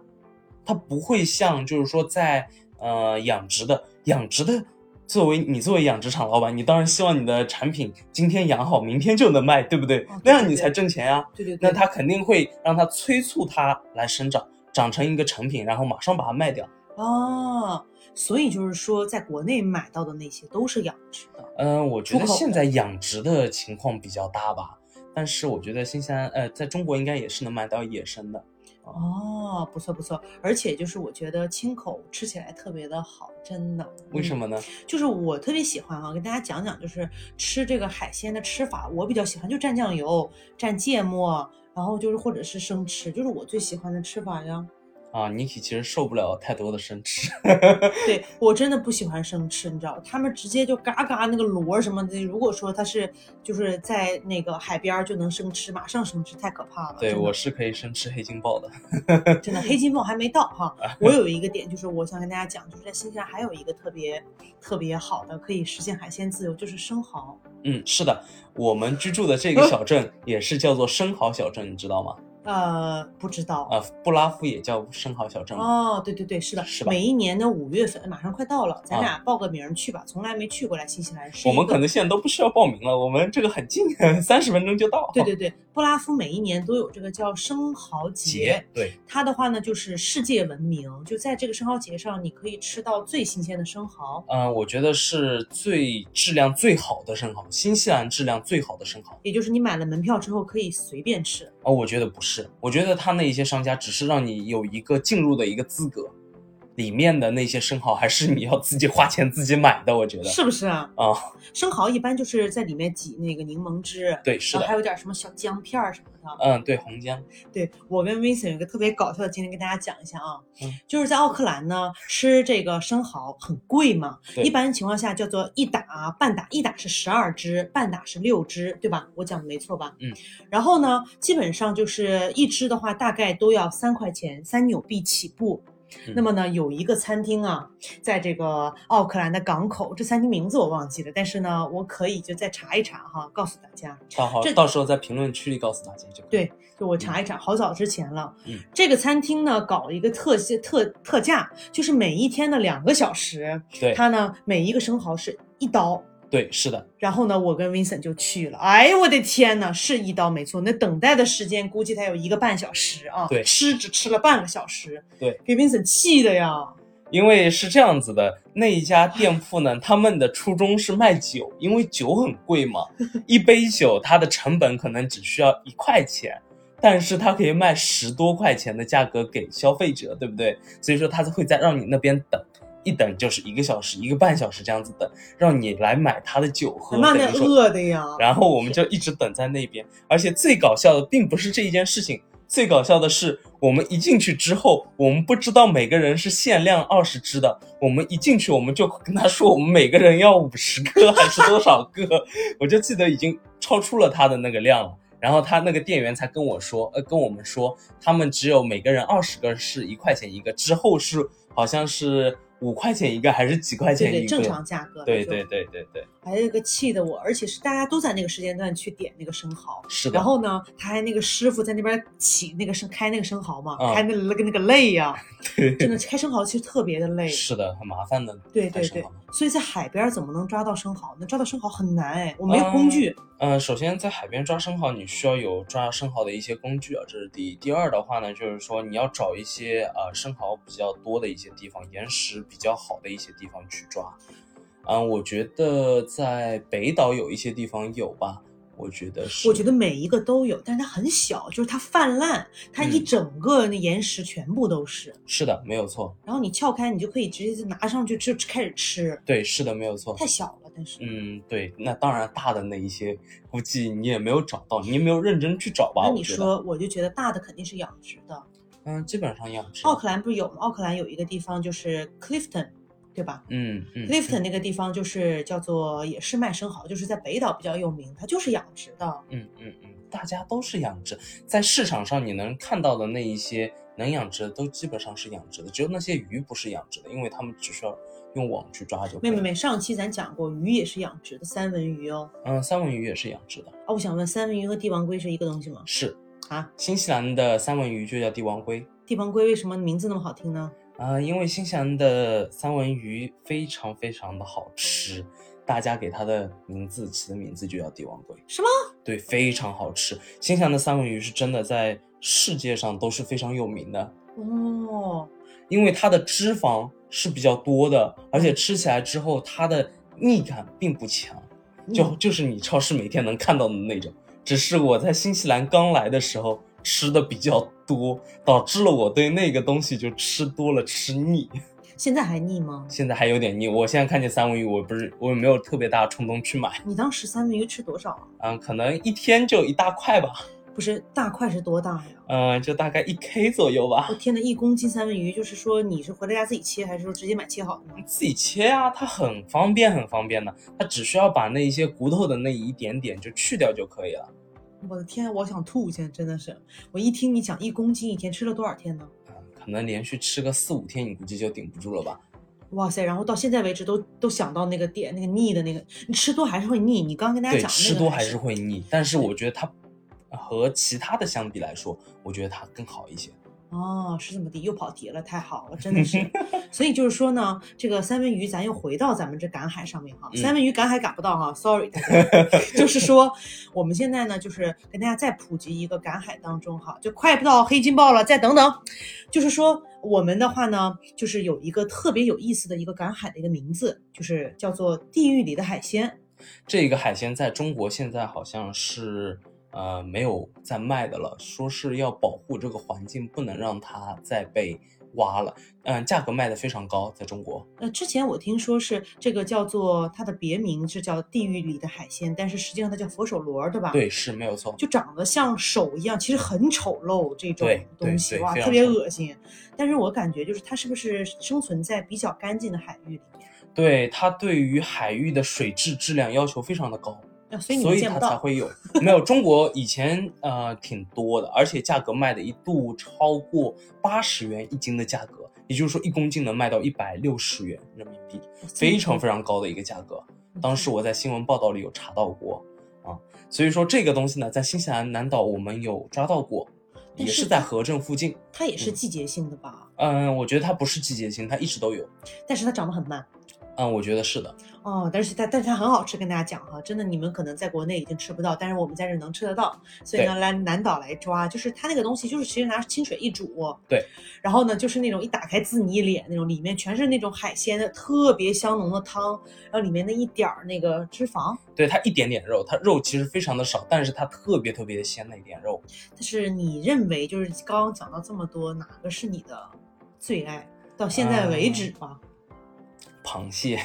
[SPEAKER 2] 它不会像就是说在呃养殖的养殖的。作为你作为养殖场老板，你当然希望你的产品今天养好，明天就能卖，对不对？
[SPEAKER 1] 哦对
[SPEAKER 2] 那样
[SPEAKER 1] 对
[SPEAKER 2] 你
[SPEAKER 1] 对
[SPEAKER 2] 才挣钱啊。
[SPEAKER 1] 对对对，
[SPEAKER 2] 那它肯定会让它催促它来生长，长成一个成品，然后马上把它卖掉。
[SPEAKER 1] 哦，所以就是说，在国内买到的那些都是养殖的，
[SPEAKER 2] 嗯、我觉
[SPEAKER 1] 出
[SPEAKER 2] 得
[SPEAKER 1] 口
[SPEAKER 2] 现
[SPEAKER 1] 的
[SPEAKER 2] 在养殖的情况比较大吧，但是我觉得新西兰呃，在中国应该也是能买到野生的。
[SPEAKER 1] 哦，不错不错，而且就是我觉得青口吃起来特别的好，真的。
[SPEAKER 2] 为什
[SPEAKER 1] 嗯
[SPEAKER 2] 么呢？
[SPEAKER 1] 就是我特别喜欢啊，跟大家讲讲，就是吃这个海鲜的吃法，我比较喜欢就蘸酱油、蘸芥末，然后就是或者是生吃，就是我最喜欢的吃法呀。
[SPEAKER 2] 啊，Niki 其实受不了太多的生
[SPEAKER 1] [laughs]
[SPEAKER 2] 吃。
[SPEAKER 1] 对我真的不喜欢生吃，你知道，他们直接就嘎嘎那个螺儿什么的。如果说它是就是在那个海边儿就能生吃，马上生吃，太可怕了。
[SPEAKER 2] 对，
[SPEAKER 1] 真的
[SPEAKER 2] 我是可以生吃黑金豹的。
[SPEAKER 1] 真的黑金豹还没到哈。
[SPEAKER 2] 啊
[SPEAKER 1] 我有一个点就是我想跟大家讲，就是在新西兰还有一个特别特别好的可以实现海鲜自由，就是生蚝。
[SPEAKER 2] 嗯，是的，我们居住的
[SPEAKER 1] [laughs]
[SPEAKER 2] 这个小镇也是叫做生蚝小镇，你知道吗？
[SPEAKER 1] 呃，不知道
[SPEAKER 2] 啊，布拉夫也叫生蚝小镇嘛。
[SPEAKER 1] 哦，对对对，是的，
[SPEAKER 2] 是吧
[SPEAKER 1] 每一年的五月份马上快到了，咱
[SPEAKER 2] 啊
[SPEAKER 1] 俩报个名儿去吧。从来没去过来新西兰，是
[SPEAKER 2] 我
[SPEAKER 1] 一
[SPEAKER 2] 们
[SPEAKER 1] 个
[SPEAKER 2] 可能现在都不需要报名了，我们这个很近，三十分钟就到。
[SPEAKER 1] 对对对，布拉夫每一年都有这个叫生蚝节
[SPEAKER 2] 节，对，
[SPEAKER 1] 它的话呢就是世界闻名，就在这个生蚝节上，你可以吃到最新鲜的生蚝，
[SPEAKER 2] 嗯、我觉得是最质量最好的生蚝，新西兰质量最好的生蚝。
[SPEAKER 1] 也就是你买了门票之后可以随便吃。
[SPEAKER 2] 哦，我觉得不是，我觉得他那一些商家只是让你有一个进入的一个资格，里面的那些生蚝还是你要自己花钱自己买的，我觉得。
[SPEAKER 1] 是不是啊？
[SPEAKER 2] 啊、
[SPEAKER 1] 生蚝一般就是在里面挤那个柠檬汁，
[SPEAKER 2] 对，是
[SPEAKER 1] 啊然后还
[SPEAKER 2] 的，
[SPEAKER 1] 有点什么小姜片儿什么的。
[SPEAKER 2] 嗯，对，红姜，
[SPEAKER 1] 对我跟 Vincent 有一个特别搞笑的经历，跟大家讲一下啊，
[SPEAKER 2] 嗯
[SPEAKER 1] 就是在奥克兰呢吃这个生蚝很贵嘛，
[SPEAKER 2] 对
[SPEAKER 1] 一般情况下叫做一打半打，一打是十二只，半打是六只，对吧？我讲的没错吧？
[SPEAKER 2] 嗯。
[SPEAKER 1] 然后呢，基本上就是一只的话，大概都要三块钱，三纽币起步。那
[SPEAKER 2] 嗯
[SPEAKER 1] 么呢，有一个餐厅啊，在这个奥克兰的港口，这餐厅名字我忘记了，但是呢，我可以就再查一查哈，告诉大家。
[SPEAKER 2] 到好
[SPEAKER 1] 这
[SPEAKER 2] 到时候在评论区里告诉大家就可以。
[SPEAKER 1] 对，就我查一查，好早之前了。
[SPEAKER 2] 嗯
[SPEAKER 1] 这个餐厅呢，搞一个特些特特价，就是每一天的两个小时，
[SPEAKER 2] 对
[SPEAKER 1] 它呢每一个生蚝是一刀。
[SPEAKER 2] 对，是的，
[SPEAKER 1] 然后呢，我跟 Vincent 就去了。哎呦，我的天呐，是一刀没错。那等待的时间估计才有一个半小时啊。
[SPEAKER 2] 对
[SPEAKER 1] 吃只吃了半个小时。
[SPEAKER 2] 对，
[SPEAKER 1] 给 Vincent 气的呀。
[SPEAKER 2] 因为是这样子的，那一家店铺呢，他们的初衷是卖酒，因为酒很贵
[SPEAKER 1] [laughs]
[SPEAKER 2] 嘛，一杯酒它的成本可能只需要一块钱，但是它可以卖十多块钱的价格给消费者，对不对？所以说它会在让你那边等。一等就是一个小时、一个半小时这样子等，让你来买他的酒喝，
[SPEAKER 1] 那那
[SPEAKER 2] 等于说
[SPEAKER 1] 饿的呀。
[SPEAKER 2] 然后我们就一直等在那边，而且最搞笑的并不是这一件事情，最搞笑的是，我们一进去之后，我们不知道每个人是限量二十只的。我们一进去，我们就跟他说，我们每个人要五十个还是多少个？ [laughs] 我就记得已经超出了他的那个量了。然后他那个店员才跟我说，呃，跟我们说，他们只有每个人二十个是一块钱一个，之后是好像是五块钱一个还是几块
[SPEAKER 1] 对
[SPEAKER 2] 钱一
[SPEAKER 1] 对，
[SPEAKER 2] 个？
[SPEAKER 1] 正常价格。
[SPEAKER 2] 对对。对对对，
[SPEAKER 1] 还有一个气的我，而且是大家都在那个时间段去点那个生蚝，
[SPEAKER 2] 是的。
[SPEAKER 1] 然后呢，他还那个师傅在那边起那个生开那个生蚝嘛，
[SPEAKER 2] 嗯
[SPEAKER 1] 开那个那个累呀、
[SPEAKER 2] [laughs] 对
[SPEAKER 1] 真的开生蚝其实特别的累。
[SPEAKER 2] 是的，很麻烦的。
[SPEAKER 1] 对对
[SPEAKER 2] 还是
[SPEAKER 1] 对
[SPEAKER 2] 很麻烦，
[SPEAKER 1] 所以在海边怎么能抓到生蚝呢？抓到生蚝很难哎，我没有工
[SPEAKER 2] 嗯
[SPEAKER 1] 具。
[SPEAKER 2] 嗯、首先在海边抓生蚝，你需要有抓生蚝的一些工具啊，这是第一。第二的话呢，就是说你要找一些呃生蚝比较多的一些地方，岩石比较好的一些地方去抓。嗯、我觉得在北岛有一些地方有吧，我觉得是。
[SPEAKER 1] 我觉得每一个都有，但是它很小，就是它泛滥，它一
[SPEAKER 2] 嗯
[SPEAKER 1] 整个那岩石全部都是。
[SPEAKER 2] 是的，没有错。
[SPEAKER 1] 然后你撬开，你就可以直接就拿上去就开始吃，
[SPEAKER 2] 对，是的，没有错。
[SPEAKER 1] 太小了，但是。
[SPEAKER 2] 哦嗯，对，那当然大的那一些，估计你也没有找到，你也没有认真去找吧？
[SPEAKER 1] 那
[SPEAKER 2] 我
[SPEAKER 1] 你
[SPEAKER 2] 觉得，
[SPEAKER 1] 说，我就觉得大的肯定是养殖的。
[SPEAKER 2] 嗯，基本上养殖。
[SPEAKER 1] 奥克兰不是有吗？奥克兰有一个地方就是 Clifton，对吧、
[SPEAKER 2] 嗯嗯
[SPEAKER 1] c l i f t o n 那个地方就是叫做也是卖生蚝，就是在北岛比较有名，它就是养殖的。
[SPEAKER 2] 嗯嗯嗯，大家都是养殖，在市场上你能看到的那一些能养殖的都基本上是养殖的，只有那些鱼不是养殖的，因为他们只需要用网去抓就可
[SPEAKER 1] 没
[SPEAKER 2] 以。
[SPEAKER 1] 有没有没有，上期咱讲过鱼也是养殖的，三文鱼哦。
[SPEAKER 2] 嗯，三文鱼也是养殖的，
[SPEAKER 1] 啊，我想问，三文鱼和帝王龟是一个东西吗？
[SPEAKER 2] 是
[SPEAKER 1] 啊，
[SPEAKER 2] 新西兰的三文鱼就叫帝王龟
[SPEAKER 1] 帝王龟为什么名字那么好听呢？
[SPEAKER 2] 啊、因为新西兰的三文鱼非常非常的好吃，大家给它的名字起的名字就叫帝王龟。
[SPEAKER 1] 什么？
[SPEAKER 2] 对，非常好吃。新西兰的三文鱼是真的在世界上都是非常有名的。
[SPEAKER 1] 哦，
[SPEAKER 2] 因为它的脂肪是比较多的，而且吃起来之后它的腻感并不强，就
[SPEAKER 1] 嗯
[SPEAKER 2] 就是你超市每天能看到的那种。只是我在新西兰刚来的时候吃的比较多，导致了我对那个东西就吃多了吃腻，
[SPEAKER 1] 现在还腻吗？
[SPEAKER 2] 现在还有点腻。我现在看见三文鱼，我不是我也没有特别大的冲动去买，
[SPEAKER 1] 你当时三文鱼吃多少啊？
[SPEAKER 2] 嗯，可能一天就一大块吧，
[SPEAKER 1] 不是大块是多大呀？
[SPEAKER 2] 嗯，就大概一 K 左右吧
[SPEAKER 1] 我。天呐，一公斤三文鱼，就是说你是回到家自己切，还是说直接买切好的呢？
[SPEAKER 2] 自己切啊，它很方便，很方便的。它只需要把那一些骨头的那一点点就去掉就可以了。
[SPEAKER 1] 我的天，我想吐！现在真的是，我一听你讲一公斤一天吃了多少天呢？
[SPEAKER 2] 嗯，可能连续吃个四五天，你估计就顶不住了吧？
[SPEAKER 1] 哇塞！然后到现在为止都都想到那个点，那个腻的那个，你吃多还是会腻。你刚刚跟大家
[SPEAKER 2] 对，
[SPEAKER 1] 讲那个
[SPEAKER 2] 吃多还
[SPEAKER 1] 是
[SPEAKER 2] 是会腻，但是我觉得它呃和其他的相比来说，我觉得它更好一些。
[SPEAKER 1] 哦，是这么的，又跑题了，太好了，真的
[SPEAKER 2] [laughs]
[SPEAKER 1] 是。所以就是说呢，这个三文鱼，咱又回到咱们这赶海上面哈。
[SPEAKER 2] 嗯
[SPEAKER 1] 三文鱼赶海赶不到哈，sorry
[SPEAKER 2] [laughs]
[SPEAKER 1] [laughs] 大家。就是说，我们现在呢，就是跟大家再普及一个赶海当中哈，就快不到黑金豹了，再等等。就是说，我们的话呢，就是有一个特别有意思的一个赶海的一个名字，就是叫做“地狱里的海鲜
[SPEAKER 2] 这个海鲜在中国现在好像是呃没有在卖的了，说是要保护这个环境，不能让它再被挖了。嗯，价格卖的非常高，在中国。”。
[SPEAKER 1] 呃，之前我听说是这个叫做它的别名是叫“地狱里的海鲜”，但是实际上它叫佛手螺，对吧？。
[SPEAKER 2] 对，是没有错。
[SPEAKER 1] 就长得像手一样，其实很丑陋这种
[SPEAKER 2] 对对
[SPEAKER 1] 东西，
[SPEAKER 2] 对
[SPEAKER 1] 哇，
[SPEAKER 2] 非
[SPEAKER 1] 特
[SPEAKER 2] 常
[SPEAKER 1] 别
[SPEAKER 2] 丑
[SPEAKER 1] 恶心。但是我感觉就是它是不是生存在比较干净的海域里面？
[SPEAKER 2] 对它对于海域的水质质量要求非常的高，
[SPEAKER 1] 啊所以你
[SPEAKER 2] 所
[SPEAKER 1] 们
[SPEAKER 2] 以
[SPEAKER 1] 见不
[SPEAKER 2] 它才
[SPEAKER 1] 到。
[SPEAKER 2] 会有。没有中国以前呃挺多的，而且价格卖的一度超过八十元一斤的价格，也就是说一公斤能卖到一百六十元人民币，非常非常高的一个价格。
[SPEAKER 1] 嗯
[SPEAKER 2] 当时我在新闻报道里有查到过啊，所以说这个东西呢，在新西兰南岛我们有抓到过，
[SPEAKER 1] 但
[SPEAKER 2] 也
[SPEAKER 1] 是
[SPEAKER 2] 是在
[SPEAKER 1] 它
[SPEAKER 2] 河镇附近。
[SPEAKER 1] 它也是
[SPEAKER 2] 嗯
[SPEAKER 1] 季节性的吧，
[SPEAKER 2] 嗯，我觉得它不是季节性，它一直都有。
[SPEAKER 1] 但是它长得很慢
[SPEAKER 2] 嗯，我觉得是的。
[SPEAKER 1] 哦。但是它但是它很好吃，跟大家讲哈，真的你们可能在国内已经吃不到，但是我们在这能吃得到。所以呢，来南岛来抓，就是它那个东西就是直接拿清水一煮，
[SPEAKER 2] 对，
[SPEAKER 1] 然后呢就是那种一打开滋你一脸那种，里面全是那种海鲜的特别香浓的汤，然后里面那一点儿那个脂肪。
[SPEAKER 2] 对它一点点肉，它肉其实非常的少，但是它特别特别的鲜那一点肉。
[SPEAKER 1] 但是你认为就是刚刚讲到这么多，哪个是你的最爱？到现在为止吧，
[SPEAKER 2] 螃蟹，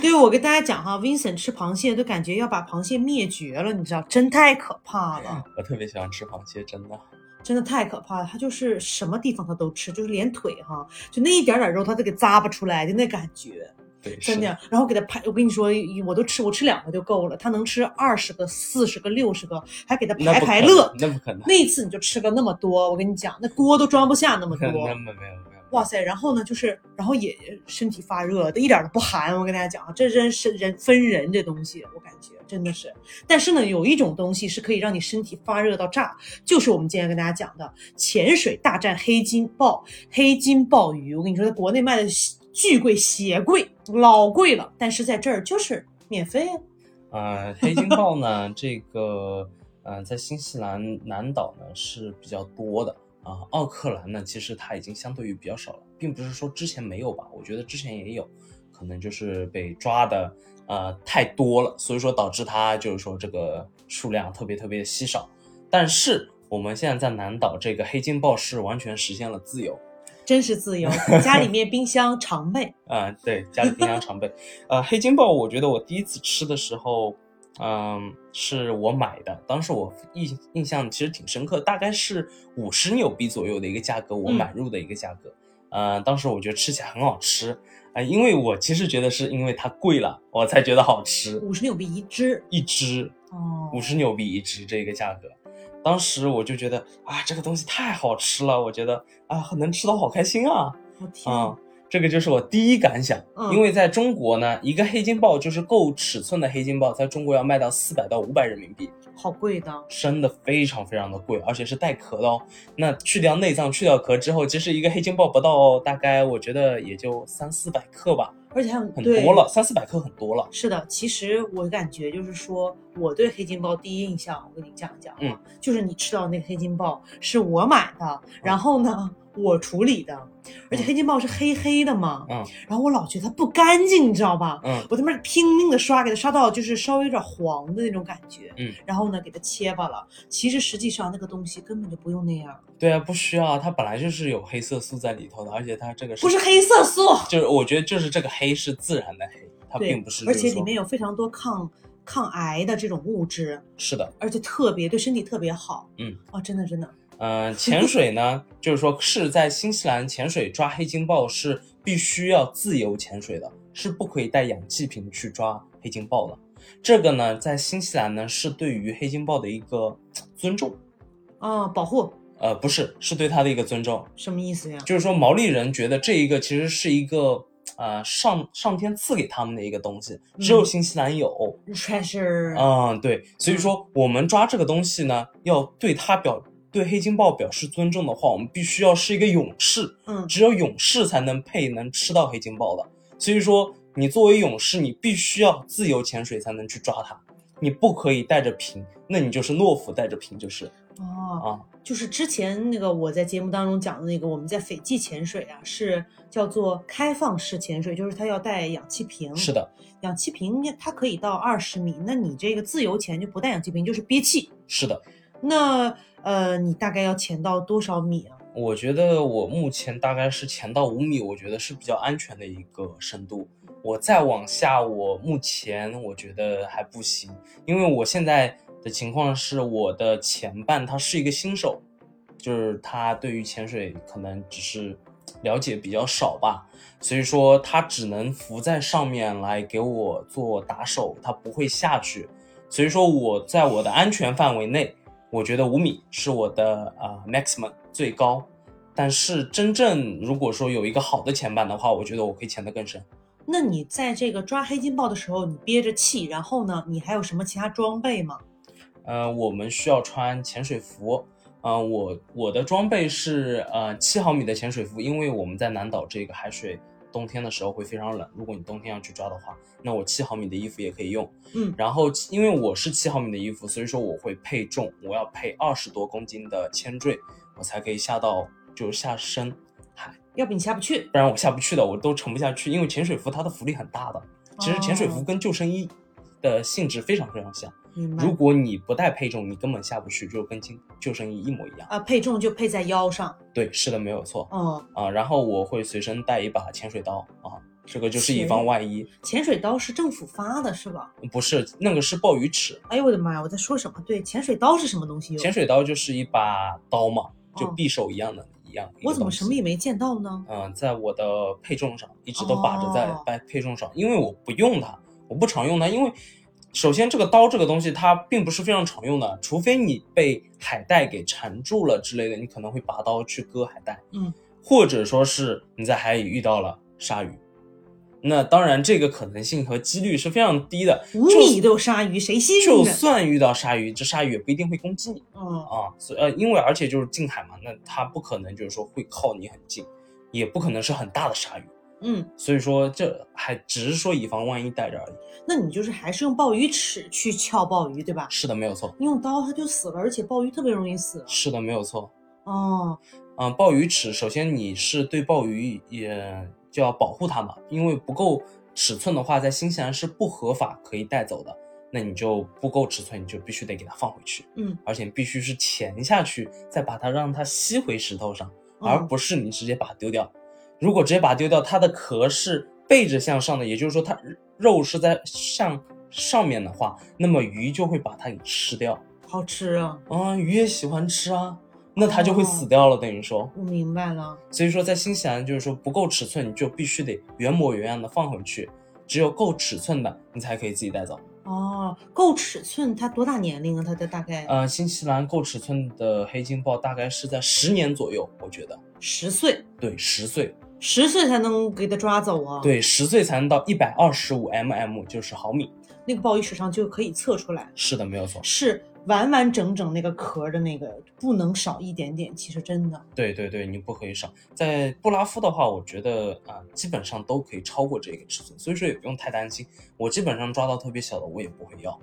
[SPEAKER 1] 对我跟大家讲哈，Vincent 吃螃蟹都感觉要把螃蟹灭绝了，你知道，真太可怕了。
[SPEAKER 2] 我特别喜欢吃螃蟹，真的。
[SPEAKER 1] 真的太可怕了，它就是什么地方它都吃，就是连腿哈，就那一点点肉它都给咂巴出来，就那感觉，
[SPEAKER 2] 对，
[SPEAKER 1] 真
[SPEAKER 2] 是
[SPEAKER 1] 的。然后给它拍，我跟你说，我都吃，我吃两个就够了，它能吃二十个、四十个、六十个，还给它
[SPEAKER 2] 那
[SPEAKER 1] 排
[SPEAKER 2] 不
[SPEAKER 1] 排
[SPEAKER 2] 可能
[SPEAKER 1] 乐。
[SPEAKER 2] 那不可能，
[SPEAKER 1] 那一次你就吃了那么多，我跟你讲，那锅都装不下那么多。
[SPEAKER 2] [laughs] 那么没有没有，
[SPEAKER 1] 哇塞，然后呢，就是然后也身体发热，一点都不寒。我跟大家讲啊，这真是人分人这东西，我感觉真的是。但是呢，有一种东西是可以让你身体发热到炸，就是我们今天跟大家讲的潜水大战黑金鲍、黑金鲍鱼。我跟你说，在国内卖的巨贵、邪贵，老贵了，但是在这儿就是免费啊。
[SPEAKER 2] 呃，黑金鲍呢，这个呃，在新西兰南岛呢是比较多的啊、奥克兰呢，其实它已经相对于比较少了，并不是说之前没有吧，我觉得之前也有，可能就是被抓的呃太多了，所以说导致它就是说这个数量特别特别稀少。但是我们现在在南岛，这个黑金鲍是完全实现了自由。
[SPEAKER 1] 真是自
[SPEAKER 2] [laughs]
[SPEAKER 1] 由，家里面冰箱常备。
[SPEAKER 2] 啊、对，家里冰箱常备。呃，黑金鲍，我觉得我第一次吃的时候，嗯、是我买的，当时我印印象其实挺深刻，大概是五十纽币左右的一个价格，我
[SPEAKER 1] 嗯
[SPEAKER 2] 买入的一个价格。呃，当时我觉得吃起来很好吃，啊、因为我其实觉得是因为它贵了，我才觉得好吃，
[SPEAKER 1] 五十纽币一只
[SPEAKER 2] 一只
[SPEAKER 1] 哦，
[SPEAKER 2] 五十纽币一只这个价格。当时我就觉得啊，这个东西太好吃了，我觉得啊，能吃到好开心啊。
[SPEAKER 1] 我天
[SPEAKER 2] 啊、这个就是我第一感想。
[SPEAKER 1] 嗯
[SPEAKER 2] 因为在中国呢，一个黑金鲍就是够尺寸的黑金鲍，在中国要卖到四百到五百人民币，
[SPEAKER 1] 好贵的。
[SPEAKER 2] 真的非常非常的贵，而且是带壳的哦。那去掉内脏、去掉壳之后，其实一个黑金鲍不到哦大概我觉得也就三四百克吧，
[SPEAKER 1] 而且还有
[SPEAKER 2] 很
[SPEAKER 1] 对
[SPEAKER 2] 多了，三四百克很多了。
[SPEAKER 1] 是的，其实我感觉就是说，我对黑金鲍第一印象，我跟你讲一讲啊，
[SPEAKER 2] 嗯
[SPEAKER 1] 就是你吃到那个黑金鲍是我买的，然后呢我处理的，而且黑金鲍是黑黑的嘛，
[SPEAKER 2] 嗯
[SPEAKER 1] 然后我老觉得它不干净，你知道吧？
[SPEAKER 2] 嗯，
[SPEAKER 1] 我他妈拼命的刷，给它刷到就是稍微有点黄的那种感觉，
[SPEAKER 2] 嗯，
[SPEAKER 1] 然后呢给它切巴了，其实实际上那个东西根本就不用那样，
[SPEAKER 2] 对啊，不需要啊，它本来就是有黑色素在里头的，而且它这个
[SPEAKER 1] 不是黑色素，
[SPEAKER 2] 就是我觉得就是这个黑是自然的黑，它
[SPEAKER 1] 对
[SPEAKER 2] 并不是
[SPEAKER 1] 而
[SPEAKER 2] 就是
[SPEAKER 1] 且里
[SPEAKER 2] 说
[SPEAKER 1] 面有非常多抗抗癌的这种物质，
[SPEAKER 2] 是的。
[SPEAKER 1] 而且特别对身体特别好，
[SPEAKER 2] 嗯，
[SPEAKER 1] 哦，真的真的。
[SPEAKER 2] 呃，潜水呢，就是说是在新西兰潜水抓黑金鲍是必须要自由潜水的，是不可以带氧气瓶去抓黑金鲍的。这个呢，在新西兰呢是对于黑金鲍的一个尊重，
[SPEAKER 1] 啊，保护
[SPEAKER 2] 呃，不是，是对它的一个尊重。
[SPEAKER 1] 什么意思呀？
[SPEAKER 2] 就是说毛利人觉得这一个其实是一个呃上上天赐给他们的一个东西，只有
[SPEAKER 1] 嗯
[SPEAKER 2] 新西兰有。
[SPEAKER 1] treasure，、
[SPEAKER 2] 嗯，对，所以说我们抓这个东西呢，要对它表对黑金豹表示尊重的话，我们必须要是一个勇士，
[SPEAKER 1] 嗯，
[SPEAKER 2] 只有勇士才能配能吃到黑金豹的。所以说，你作为勇士，你必须要自由潜水才能去抓它，你不可以带着瓶，那你就是懦夫带着瓶就是
[SPEAKER 1] 哦，
[SPEAKER 2] 啊，
[SPEAKER 1] 就是之前那个我在节目当中讲的那个，我们在斐济潜水啊，是叫做开放式潜水，就是它要带氧气瓶。
[SPEAKER 2] 是，的，
[SPEAKER 1] 氧气瓶它可以到二十米，那你这个自由潜就不带氧气瓶，就是憋气。
[SPEAKER 2] 是的。
[SPEAKER 1] 那呃，你大概要潜到多少米啊？
[SPEAKER 2] 我觉得我目前大概是潜到五米，我觉得是比较安全的一个深度。我再往下，我目前我觉得还不行，因为我现在的情况是我的前半他是一个新手，就是他对于潜水可能只是了解比较少吧，所以说他只能浮在上面来给我做打手，他不会下去，所以说我在我的安全范围内，我觉得五米是我的呃 maximum 最高，但是真正如果说有一个好的前板的话，我觉得我可以潜得更深。
[SPEAKER 1] 那你在这个抓黑金豹的时候，你憋着气，然后呢，你还有什么其他装备吗？
[SPEAKER 2] 呃，我们需要穿潜水服。呃，我我的装备是呃七毫米的潜水服，因为我们在南岛这个海水冬天的时候会非常冷，如果你冬天要去抓的话，那我七毫米的衣服也可以用。
[SPEAKER 1] 嗯
[SPEAKER 2] 然后因为我是七毫米的衣服，所以说我会配重，我要配二十多公斤的铅坠，我才可以下到就是下深，
[SPEAKER 1] 要不你下不去。
[SPEAKER 2] 不然我下不去的，我都沉不下去。因为潜水服它的浮力很大的，其实潜水服
[SPEAKER 1] 哦
[SPEAKER 2] 跟救生衣的性质非常非常像。
[SPEAKER 1] 明白
[SPEAKER 2] 如果你不带配重，你根本下不去，就跟救救生衣一模一样。
[SPEAKER 1] 啊，配重就配在腰上。
[SPEAKER 2] 对，是的，没有错
[SPEAKER 1] 嗯，
[SPEAKER 2] 啊。然后我会随身带一把潜水刀啊，这个就是以
[SPEAKER 1] 是
[SPEAKER 2] 防万一。
[SPEAKER 1] 潜水刀是政府发的，是吧？
[SPEAKER 2] 不是，那个是鲍鱼尺，
[SPEAKER 1] 哎呦我的妈呀，我在说什么？对，潜水刀是什么东西哟？
[SPEAKER 2] 潜水刀就是一把刀嘛，就匕首一样的一样。
[SPEAKER 1] 哦我怎么什么也没见到呢？
[SPEAKER 2] 嗯、呃，在我的配重上一直都把着在配配重上，因为我不用它，我不常用它，因为首先这个刀这个东西它并不是非常常用的，除非你被海带给缠住了之类的，你可能会拔刀去割海带，
[SPEAKER 1] 嗯，
[SPEAKER 2] 或者说是你在海里遇到了鲨鱼。那当然，这个可能性和几率是非常低的。
[SPEAKER 1] 五米都有鲨鱼，谁信？
[SPEAKER 2] 就算遇到鲨鱼，这鲨鱼也不一定会攻击你。
[SPEAKER 1] 嗯
[SPEAKER 2] 啊，所以呃，因为而且就是近海嘛，那它不可能就是说会靠你很近，也不可能是很大的鲨鱼。
[SPEAKER 1] 嗯，
[SPEAKER 2] 所以说这还只是说以防万一带着而已。
[SPEAKER 1] 那你就是还是用鲍鱼尺去撬鲍鱼，对吧？
[SPEAKER 2] 是的，没有错。
[SPEAKER 1] 你用刀它就死了，而且鲍鱼特别容易死。
[SPEAKER 2] 是的，没有错。
[SPEAKER 1] 哦，
[SPEAKER 2] 嗯、鲍鱼尺，首先你是对鲍鱼也就要保护它嘛，因为不够尺寸的话，在新西兰是不合法可以带走的。那你就不够尺寸，你就必须得给它放回去，
[SPEAKER 1] 嗯，
[SPEAKER 2] 而且必须是潜下去，再把它让它吸回石头上，
[SPEAKER 1] 嗯
[SPEAKER 2] 而不是你直接把它丢掉。如果直接把它丢掉，它的壳是背着向上的，也就是说它肉是在向上面的话，那么鱼就会把它给吃掉。
[SPEAKER 1] 好吃啊！
[SPEAKER 2] 啊，鱼也喜欢吃啊，那它就会
[SPEAKER 1] 哦
[SPEAKER 2] 死掉了，等于说。
[SPEAKER 1] 我明白了。
[SPEAKER 2] 所以说，在新西兰就是说不够尺寸，你就必须得原模原样的放回去，只有够尺寸的，你才可以自己带走。
[SPEAKER 1] 哦，够尺寸，它多大年龄啊？它的大概
[SPEAKER 2] 呃，新西兰够尺寸的黑金豹大概是在十年左右，我觉得，
[SPEAKER 1] 十岁，
[SPEAKER 2] 对，十岁，
[SPEAKER 1] 十岁才能给它抓走啊。，
[SPEAKER 2] 对，十岁才能到一百二十五 mm，就是毫米。
[SPEAKER 1] 那个鲍鱼尺上就可以测出来，
[SPEAKER 2] 是的，没有错。
[SPEAKER 1] 是完完整整那个壳的那个，不能少一点点。其实真的，
[SPEAKER 2] 对对对，你不可以少。在布拉夫的话，我觉得啊、基本上都可以超过这个尺寸，所以说也不用太担心。我基本上抓到特别小的，我也不会要。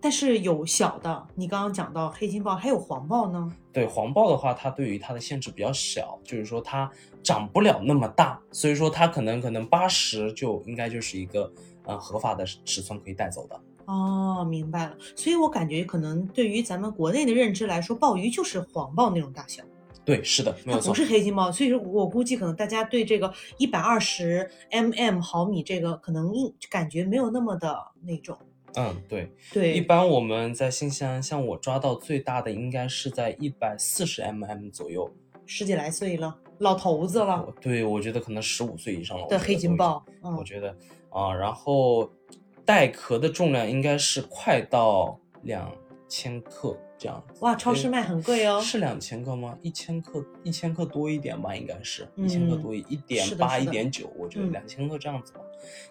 [SPEAKER 1] 但是有小的，你刚刚讲到黑金鲍，还有黄鲍呢。
[SPEAKER 2] 对黄豹的话，它对于它的限制比较小，就是说它长不了那么大，所以说它可能可能八十就应该就是一个呃合法的尺寸可以带走的。
[SPEAKER 1] 哦，明白了。所以我感觉可能对于咱们国内的认知来说，鲍鱼就是黄鲍那种大小，
[SPEAKER 2] 对，是的，
[SPEAKER 1] 它
[SPEAKER 2] 没有
[SPEAKER 1] 不
[SPEAKER 2] 错
[SPEAKER 1] 是。黑金鲍。所以说我估计可能大家对这个一百二十 mm 毫米这个可能印感觉没有那么的那种。
[SPEAKER 2] 嗯，对，
[SPEAKER 1] 对，
[SPEAKER 2] 一般我们在新西兰，像我抓到最大的应该是在一百四十 mm 左右。
[SPEAKER 1] 十几来岁了，老头子了
[SPEAKER 2] 我对，我觉得可能十五岁以上了。我
[SPEAKER 1] 的
[SPEAKER 2] 觉
[SPEAKER 1] 黑
[SPEAKER 2] 得
[SPEAKER 1] 金
[SPEAKER 2] 都已
[SPEAKER 1] 豹，
[SPEAKER 2] 经，我
[SPEAKER 1] 嗯，
[SPEAKER 2] 觉得啊、然后带壳的重量应该是快到两千克这样子。
[SPEAKER 1] 哇，超市
[SPEAKER 2] 对
[SPEAKER 1] 卖很贵哦，
[SPEAKER 2] 是两千克吗？一千克，一千克多一点吧，应该是
[SPEAKER 1] 嗯
[SPEAKER 2] 一千克多一一点
[SPEAKER 1] 是的
[SPEAKER 2] 八、
[SPEAKER 1] 是
[SPEAKER 2] 一
[SPEAKER 1] 的
[SPEAKER 2] 点九，我觉得
[SPEAKER 1] 嗯
[SPEAKER 2] 两千克这样子吧。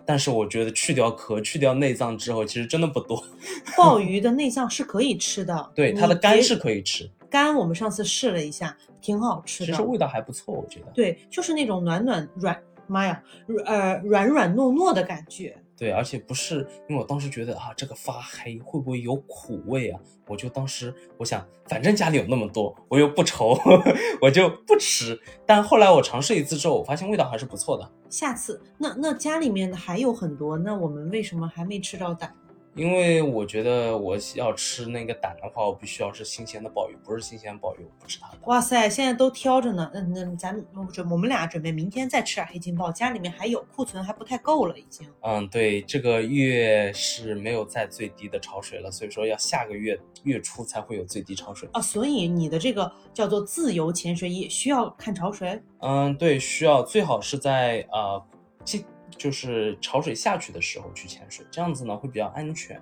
[SPEAKER 2] 但是我觉得去掉壳、去掉内脏之后，其实真的不多。 [laughs]
[SPEAKER 1] 鲍鱼的内脏是可以吃的，
[SPEAKER 2] 嗯对，
[SPEAKER 1] 你
[SPEAKER 2] 它的肝
[SPEAKER 1] 别
[SPEAKER 2] 是可以吃，
[SPEAKER 1] 肝，我们上次试了一下，挺好吃
[SPEAKER 2] 其
[SPEAKER 1] 的，
[SPEAKER 2] 实味道还不错，我觉得。
[SPEAKER 1] 对，就是那种软软软，妈呀，软呃软软糯糯的感觉，
[SPEAKER 2] 对，而且不是，因为我当时觉得啊，这个发黑会不会有苦味啊？我就当时我想，反正家里有那么多，我又不愁， [laughs] 我就不吃。但后来我尝试一次之后，我发现味道还是不错的。
[SPEAKER 1] 下次那那家里面的还有很多，那我们为什么还没吃到胆？
[SPEAKER 2] 因为我觉得我要吃那个胆的话，我必须要吃新鲜的鲍鱼，不是新鲜鲍鱼我不吃它的。
[SPEAKER 1] 哇塞，现在都挑着呢。那那咱们我准我们俩准备明天再吃啊点黑金鲍，家里面还有库存还不太够了，已经。
[SPEAKER 2] 嗯，对，这个月是没有在最低的潮水了，所以说要下个月月初才会有最低潮水。
[SPEAKER 1] 啊，所以你的这个叫做自由潜水也需要看潮水。
[SPEAKER 2] 嗯，对，需要最好是在呃，季就是潮水下去的时候去潜水，这样子呢会比较安全。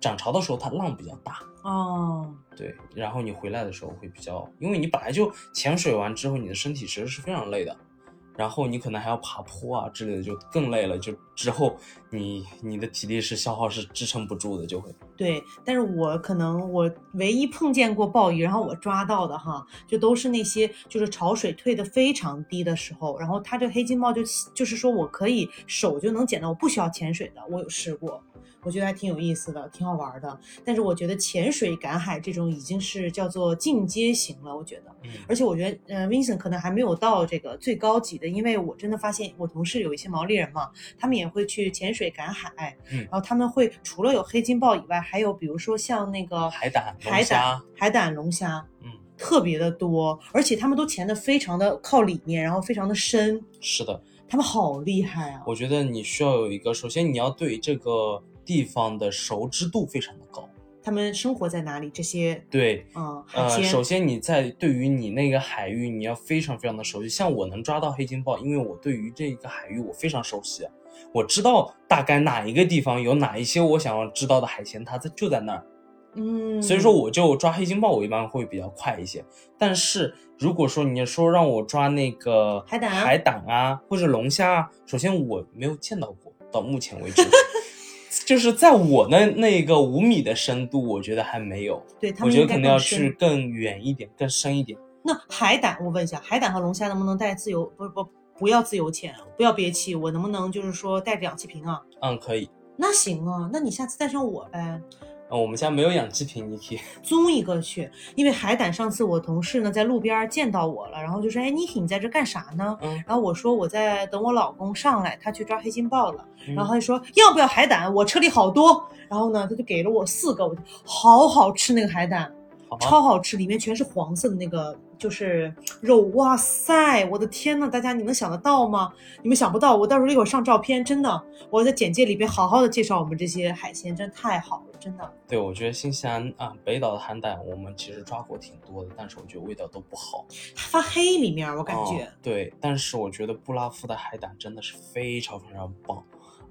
[SPEAKER 2] 涨潮的时候它浪比较大，
[SPEAKER 1] 哦，
[SPEAKER 2] 对，然后你回来的时候会比较，因为你本来就潜水完之后，你的身体其实是非常累的，然后你可能还要爬坡啊之类的，就更累了。就之后你你的体力是消耗是支撑不住的，就会
[SPEAKER 1] 对，但是我可能我唯一碰见过鲍鱼，然后我抓到的哈，就都是那些就是潮水退得非常低的时候，然后它这黑金鲍就就是说我可以手就能捡到，我不需要潜水的，我有试过，我觉得还挺有意思的，挺好玩的。但是我觉得潜水赶海这种已经是叫做进阶型了，我觉得。
[SPEAKER 2] 嗯
[SPEAKER 1] 而且我觉得，呃，Vincent 可能还没有到这个最高级的，因为我真的发现我同事有一些毛利人嘛，他们也会去潜水赶海，
[SPEAKER 2] 嗯
[SPEAKER 1] 然后他们会除了有黑金鲍以外，还有比如说像那个
[SPEAKER 2] 海胆、龙
[SPEAKER 1] 海胆
[SPEAKER 2] 虾、
[SPEAKER 1] 海胆、龙虾，
[SPEAKER 2] 嗯，
[SPEAKER 1] 特别的多，而且他们都潜的非常的靠里面，然后非常的深，
[SPEAKER 2] 是的，
[SPEAKER 1] 他们好厉害啊！
[SPEAKER 2] 我觉得你需要有一个，首先你要对这个地方的熟知度非常的高。
[SPEAKER 1] 他他们生活在哪里这些，
[SPEAKER 2] 对，
[SPEAKER 1] 嗯，海
[SPEAKER 2] 呃，
[SPEAKER 1] 鲜，
[SPEAKER 2] 首先你在对于你那个海域，你要非常非常的熟悉。像我能抓到黑金鲍，因为我对于这个海域我非常熟悉，我知道大概哪一个地方有哪一些我想要知道的海鲜，它在就在那儿。
[SPEAKER 1] 嗯，
[SPEAKER 2] 所以说，我就抓黑金鲍，我一般会比较快一些。但是如果说你说让我抓那个
[SPEAKER 1] 海胆
[SPEAKER 2] 海胆啊，或者龙虾啊，首先我没有见到过，到目前
[SPEAKER 1] [laughs]
[SPEAKER 2] 为止，就是在我的那个五米的深度，我觉得还没有。
[SPEAKER 1] 对他
[SPEAKER 2] 我
[SPEAKER 1] 们
[SPEAKER 2] 觉得
[SPEAKER 1] 应该
[SPEAKER 2] 可能要
[SPEAKER 1] 更深
[SPEAKER 2] 去更远一点、更深一点。
[SPEAKER 1] 那海胆，我问一下，海胆和龙虾能不能带自由？不不，不要自由潜，不要憋气，我能不能就是说带着氧气瓶啊？
[SPEAKER 2] 嗯，可以。
[SPEAKER 1] 那行啊，那你下次带上我呗，
[SPEAKER 2] 呃，我们家没有氧气瓶，你可以。
[SPEAKER 1] 租一个去。因为海胆上次我同事呢在路边见到我了，然后就说：“哎，妮婷你在这干啥呢？”
[SPEAKER 2] 嗯
[SPEAKER 1] 然后我说：“我在等我老公上来，他去抓黑金豹了。”
[SPEAKER 2] 嗯
[SPEAKER 1] 然后他就说：“要不要海胆？我车里好多。”然后呢，他就给了我四个，我就好好吃那个海胆。
[SPEAKER 2] 好啊
[SPEAKER 1] 超好吃，里面全是黄色的那个，就是肉。哇塞，我的天呐，大家你能想得到吗？你们想不到，我到时候一会儿上照片，真的，我在简介里边好好的介绍我们这些海鲜，真的太好了，真的。
[SPEAKER 2] 对，我觉得新西兰啊、北岛的海胆，我们其实抓过挺多的，但是我觉得味道都不好。
[SPEAKER 1] 它发黑里面，我感觉、
[SPEAKER 2] 哦对，但是我觉得布拉夫的海胆真的是非常非常棒，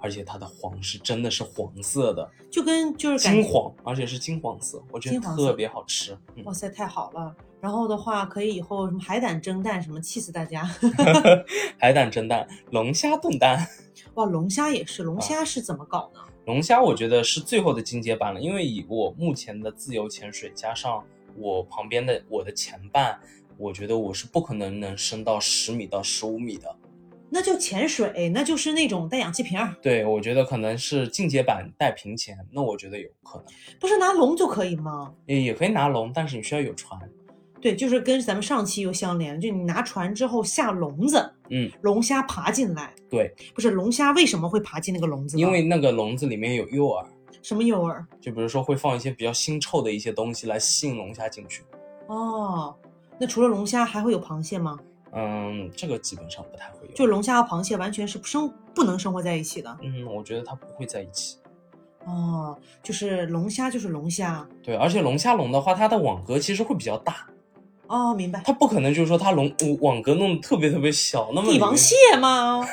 [SPEAKER 2] 而且它的黄是真的是黄色的，
[SPEAKER 1] 就跟就是感
[SPEAKER 2] 金
[SPEAKER 1] 觉，
[SPEAKER 2] 黄，而且是金黄色，我觉得
[SPEAKER 1] 金黄色
[SPEAKER 2] 特别好吃。嗯
[SPEAKER 1] 哇塞，太好了。然后的话，可以以后什么海胆蒸蛋什么，气死大家。 [laughs]
[SPEAKER 2] 海胆蒸蛋，龙虾炖蛋。
[SPEAKER 1] 哇，龙虾也是，龙虾是怎么搞呢？
[SPEAKER 2] 龙虾我觉得是最后的进阶版了，因为以我目前的自由潜水加上我旁边的我的前伴，我觉得我是不可能能升到十米到十五米的。
[SPEAKER 1] 那就潜水，那就是那种带氧气瓶儿，
[SPEAKER 2] 对，我觉得可能是进阶版带屏前，那我觉得有可能，
[SPEAKER 1] 不是拿笼就可以吗？
[SPEAKER 2] 也也可以拿龙，但是你需要有船。
[SPEAKER 1] 对，就是跟咱们上期有相连，就你拿船之后下笼子，
[SPEAKER 2] 嗯，
[SPEAKER 1] 龙虾爬进来，
[SPEAKER 2] 对，
[SPEAKER 1] 不是龙虾为什么会爬进那个笼子呢？
[SPEAKER 2] 因为那个笼子里面有诱饵，
[SPEAKER 1] 什么诱饵？
[SPEAKER 2] 就比如说会放一些比较腥臭的一些东西来吸引龙虾进去。
[SPEAKER 1] 哦，那除了龙虾还会有螃蟹吗？
[SPEAKER 2] 嗯，这个基本上不太会有。
[SPEAKER 1] 就龙虾和螃蟹完全是生不能生活在一起的。
[SPEAKER 2] 嗯，我觉得它不会在一起。
[SPEAKER 1] 哦，就是龙虾就是龙虾。
[SPEAKER 2] 对，而且龙虾笼的话，它的网格其实会比较大，
[SPEAKER 1] 哦，明白。
[SPEAKER 2] 它不可能就是说它笼嗯网格弄得特别特别小，那么里
[SPEAKER 1] 帝王
[SPEAKER 2] 面
[SPEAKER 1] 蟹吗？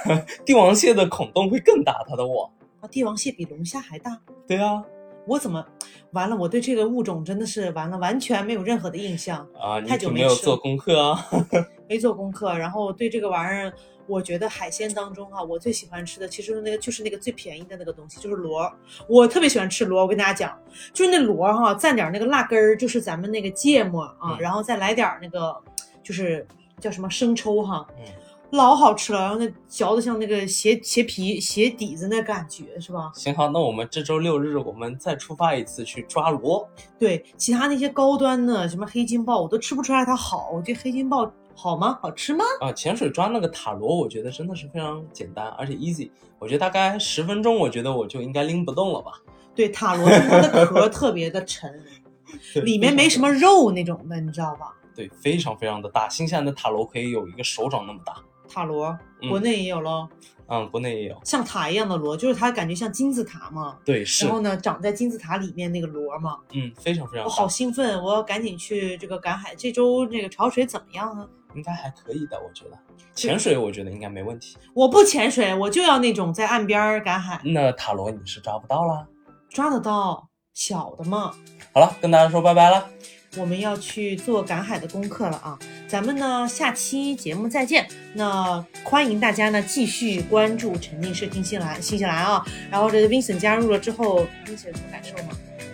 [SPEAKER 2] 帝王蟹的孔洞会更大，它的网。
[SPEAKER 1] 啊，帝王蟹比龙虾还大。
[SPEAKER 2] 对啊，
[SPEAKER 1] 我怎么完了？我对这个物种真的是完了，完全没有任何的印象。
[SPEAKER 2] 啊，你
[SPEAKER 1] 太久
[SPEAKER 2] 可
[SPEAKER 1] 没
[SPEAKER 2] 没有
[SPEAKER 1] 吃
[SPEAKER 2] 做
[SPEAKER 1] 了
[SPEAKER 2] 功课啊。 [laughs]
[SPEAKER 1] 没做功课，然后对这个玩意儿，我觉得海鲜当中啊，我最喜欢吃的其实是那个就是那个最便宜的那个东西，就是螺儿。我特别喜欢吃螺儿，我跟大家讲，就是那螺儿哈、蘸点儿那个辣根儿，就是咱们那个芥末啊，
[SPEAKER 2] 嗯
[SPEAKER 1] 然后再来点儿那个就是叫什么生抽哈、
[SPEAKER 2] 嗯
[SPEAKER 1] 老好吃了，然后那嚼的像那个鞋鞋皮鞋底子那感觉是吧？
[SPEAKER 2] 行好，那我们这周六日我们再出发一次去抓螺。
[SPEAKER 1] 对，其他那些高端的什么黑金鲍，我都吃不出来它好。我觉得黑金鲍好吗？好吃吗？
[SPEAKER 2] 啊，潜水抓那个塔螺，我觉得真的是非常简单，而且 easy。我觉得大概十分钟，我觉得我就应该拎不动了吧。
[SPEAKER 1] 对，塔罗就是它的壳特别的沉，
[SPEAKER 2] [laughs] 对
[SPEAKER 1] 里面没什么。
[SPEAKER 2] 非常
[SPEAKER 1] 肉那种的，你知道吧？
[SPEAKER 2] 对，非常非常的大，新西兰的塔螺可以有一个手掌那么大。
[SPEAKER 1] 塔罗，
[SPEAKER 2] 嗯
[SPEAKER 1] 国内也有咯，
[SPEAKER 2] 嗯，国内也有。
[SPEAKER 1] 像塔一样的螺，就是它感觉像金字塔嘛。
[SPEAKER 2] 对，是
[SPEAKER 1] 然，后呢，长在金字塔里面那个螺嘛，
[SPEAKER 2] 嗯，非常非常
[SPEAKER 1] 我好
[SPEAKER 2] 大，
[SPEAKER 1] 兴奋，我要赶紧去这个赶海。这周这个潮水怎么样啊？
[SPEAKER 2] 应该还可以的，我觉得。潜水我觉得应该没问题。
[SPEAKER 1] 我不潜水，我就要那种在岸边儿赶海，
[SPEAKER 2] 那塔螺你是抓不到啦。
[SPEAKER 1] 抓得到小的嘛。
[SPEAKER 2] 好了，跟大家说拜拜了，
[SPEAKER 1] 我们要去做赶海的功课了啊！咱们呢下期节目再见。那欢迎大家呢继续关注沉浸式听新西兰新西兰啊。然后这个 Vincent 加入了之后，Vincent 有什么感受吗？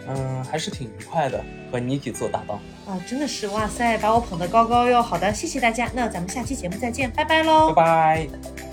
[SPEAKER 2] 嗯，还是挺愉快的，和你一起做搭档。
[SPEAKER 1] 啊，真的是哇塞，把我捧得高高哟！好的，谢谢大家。那咱们下期节目再见，拜拜喽。
[SPEAKER 2] 拜拜。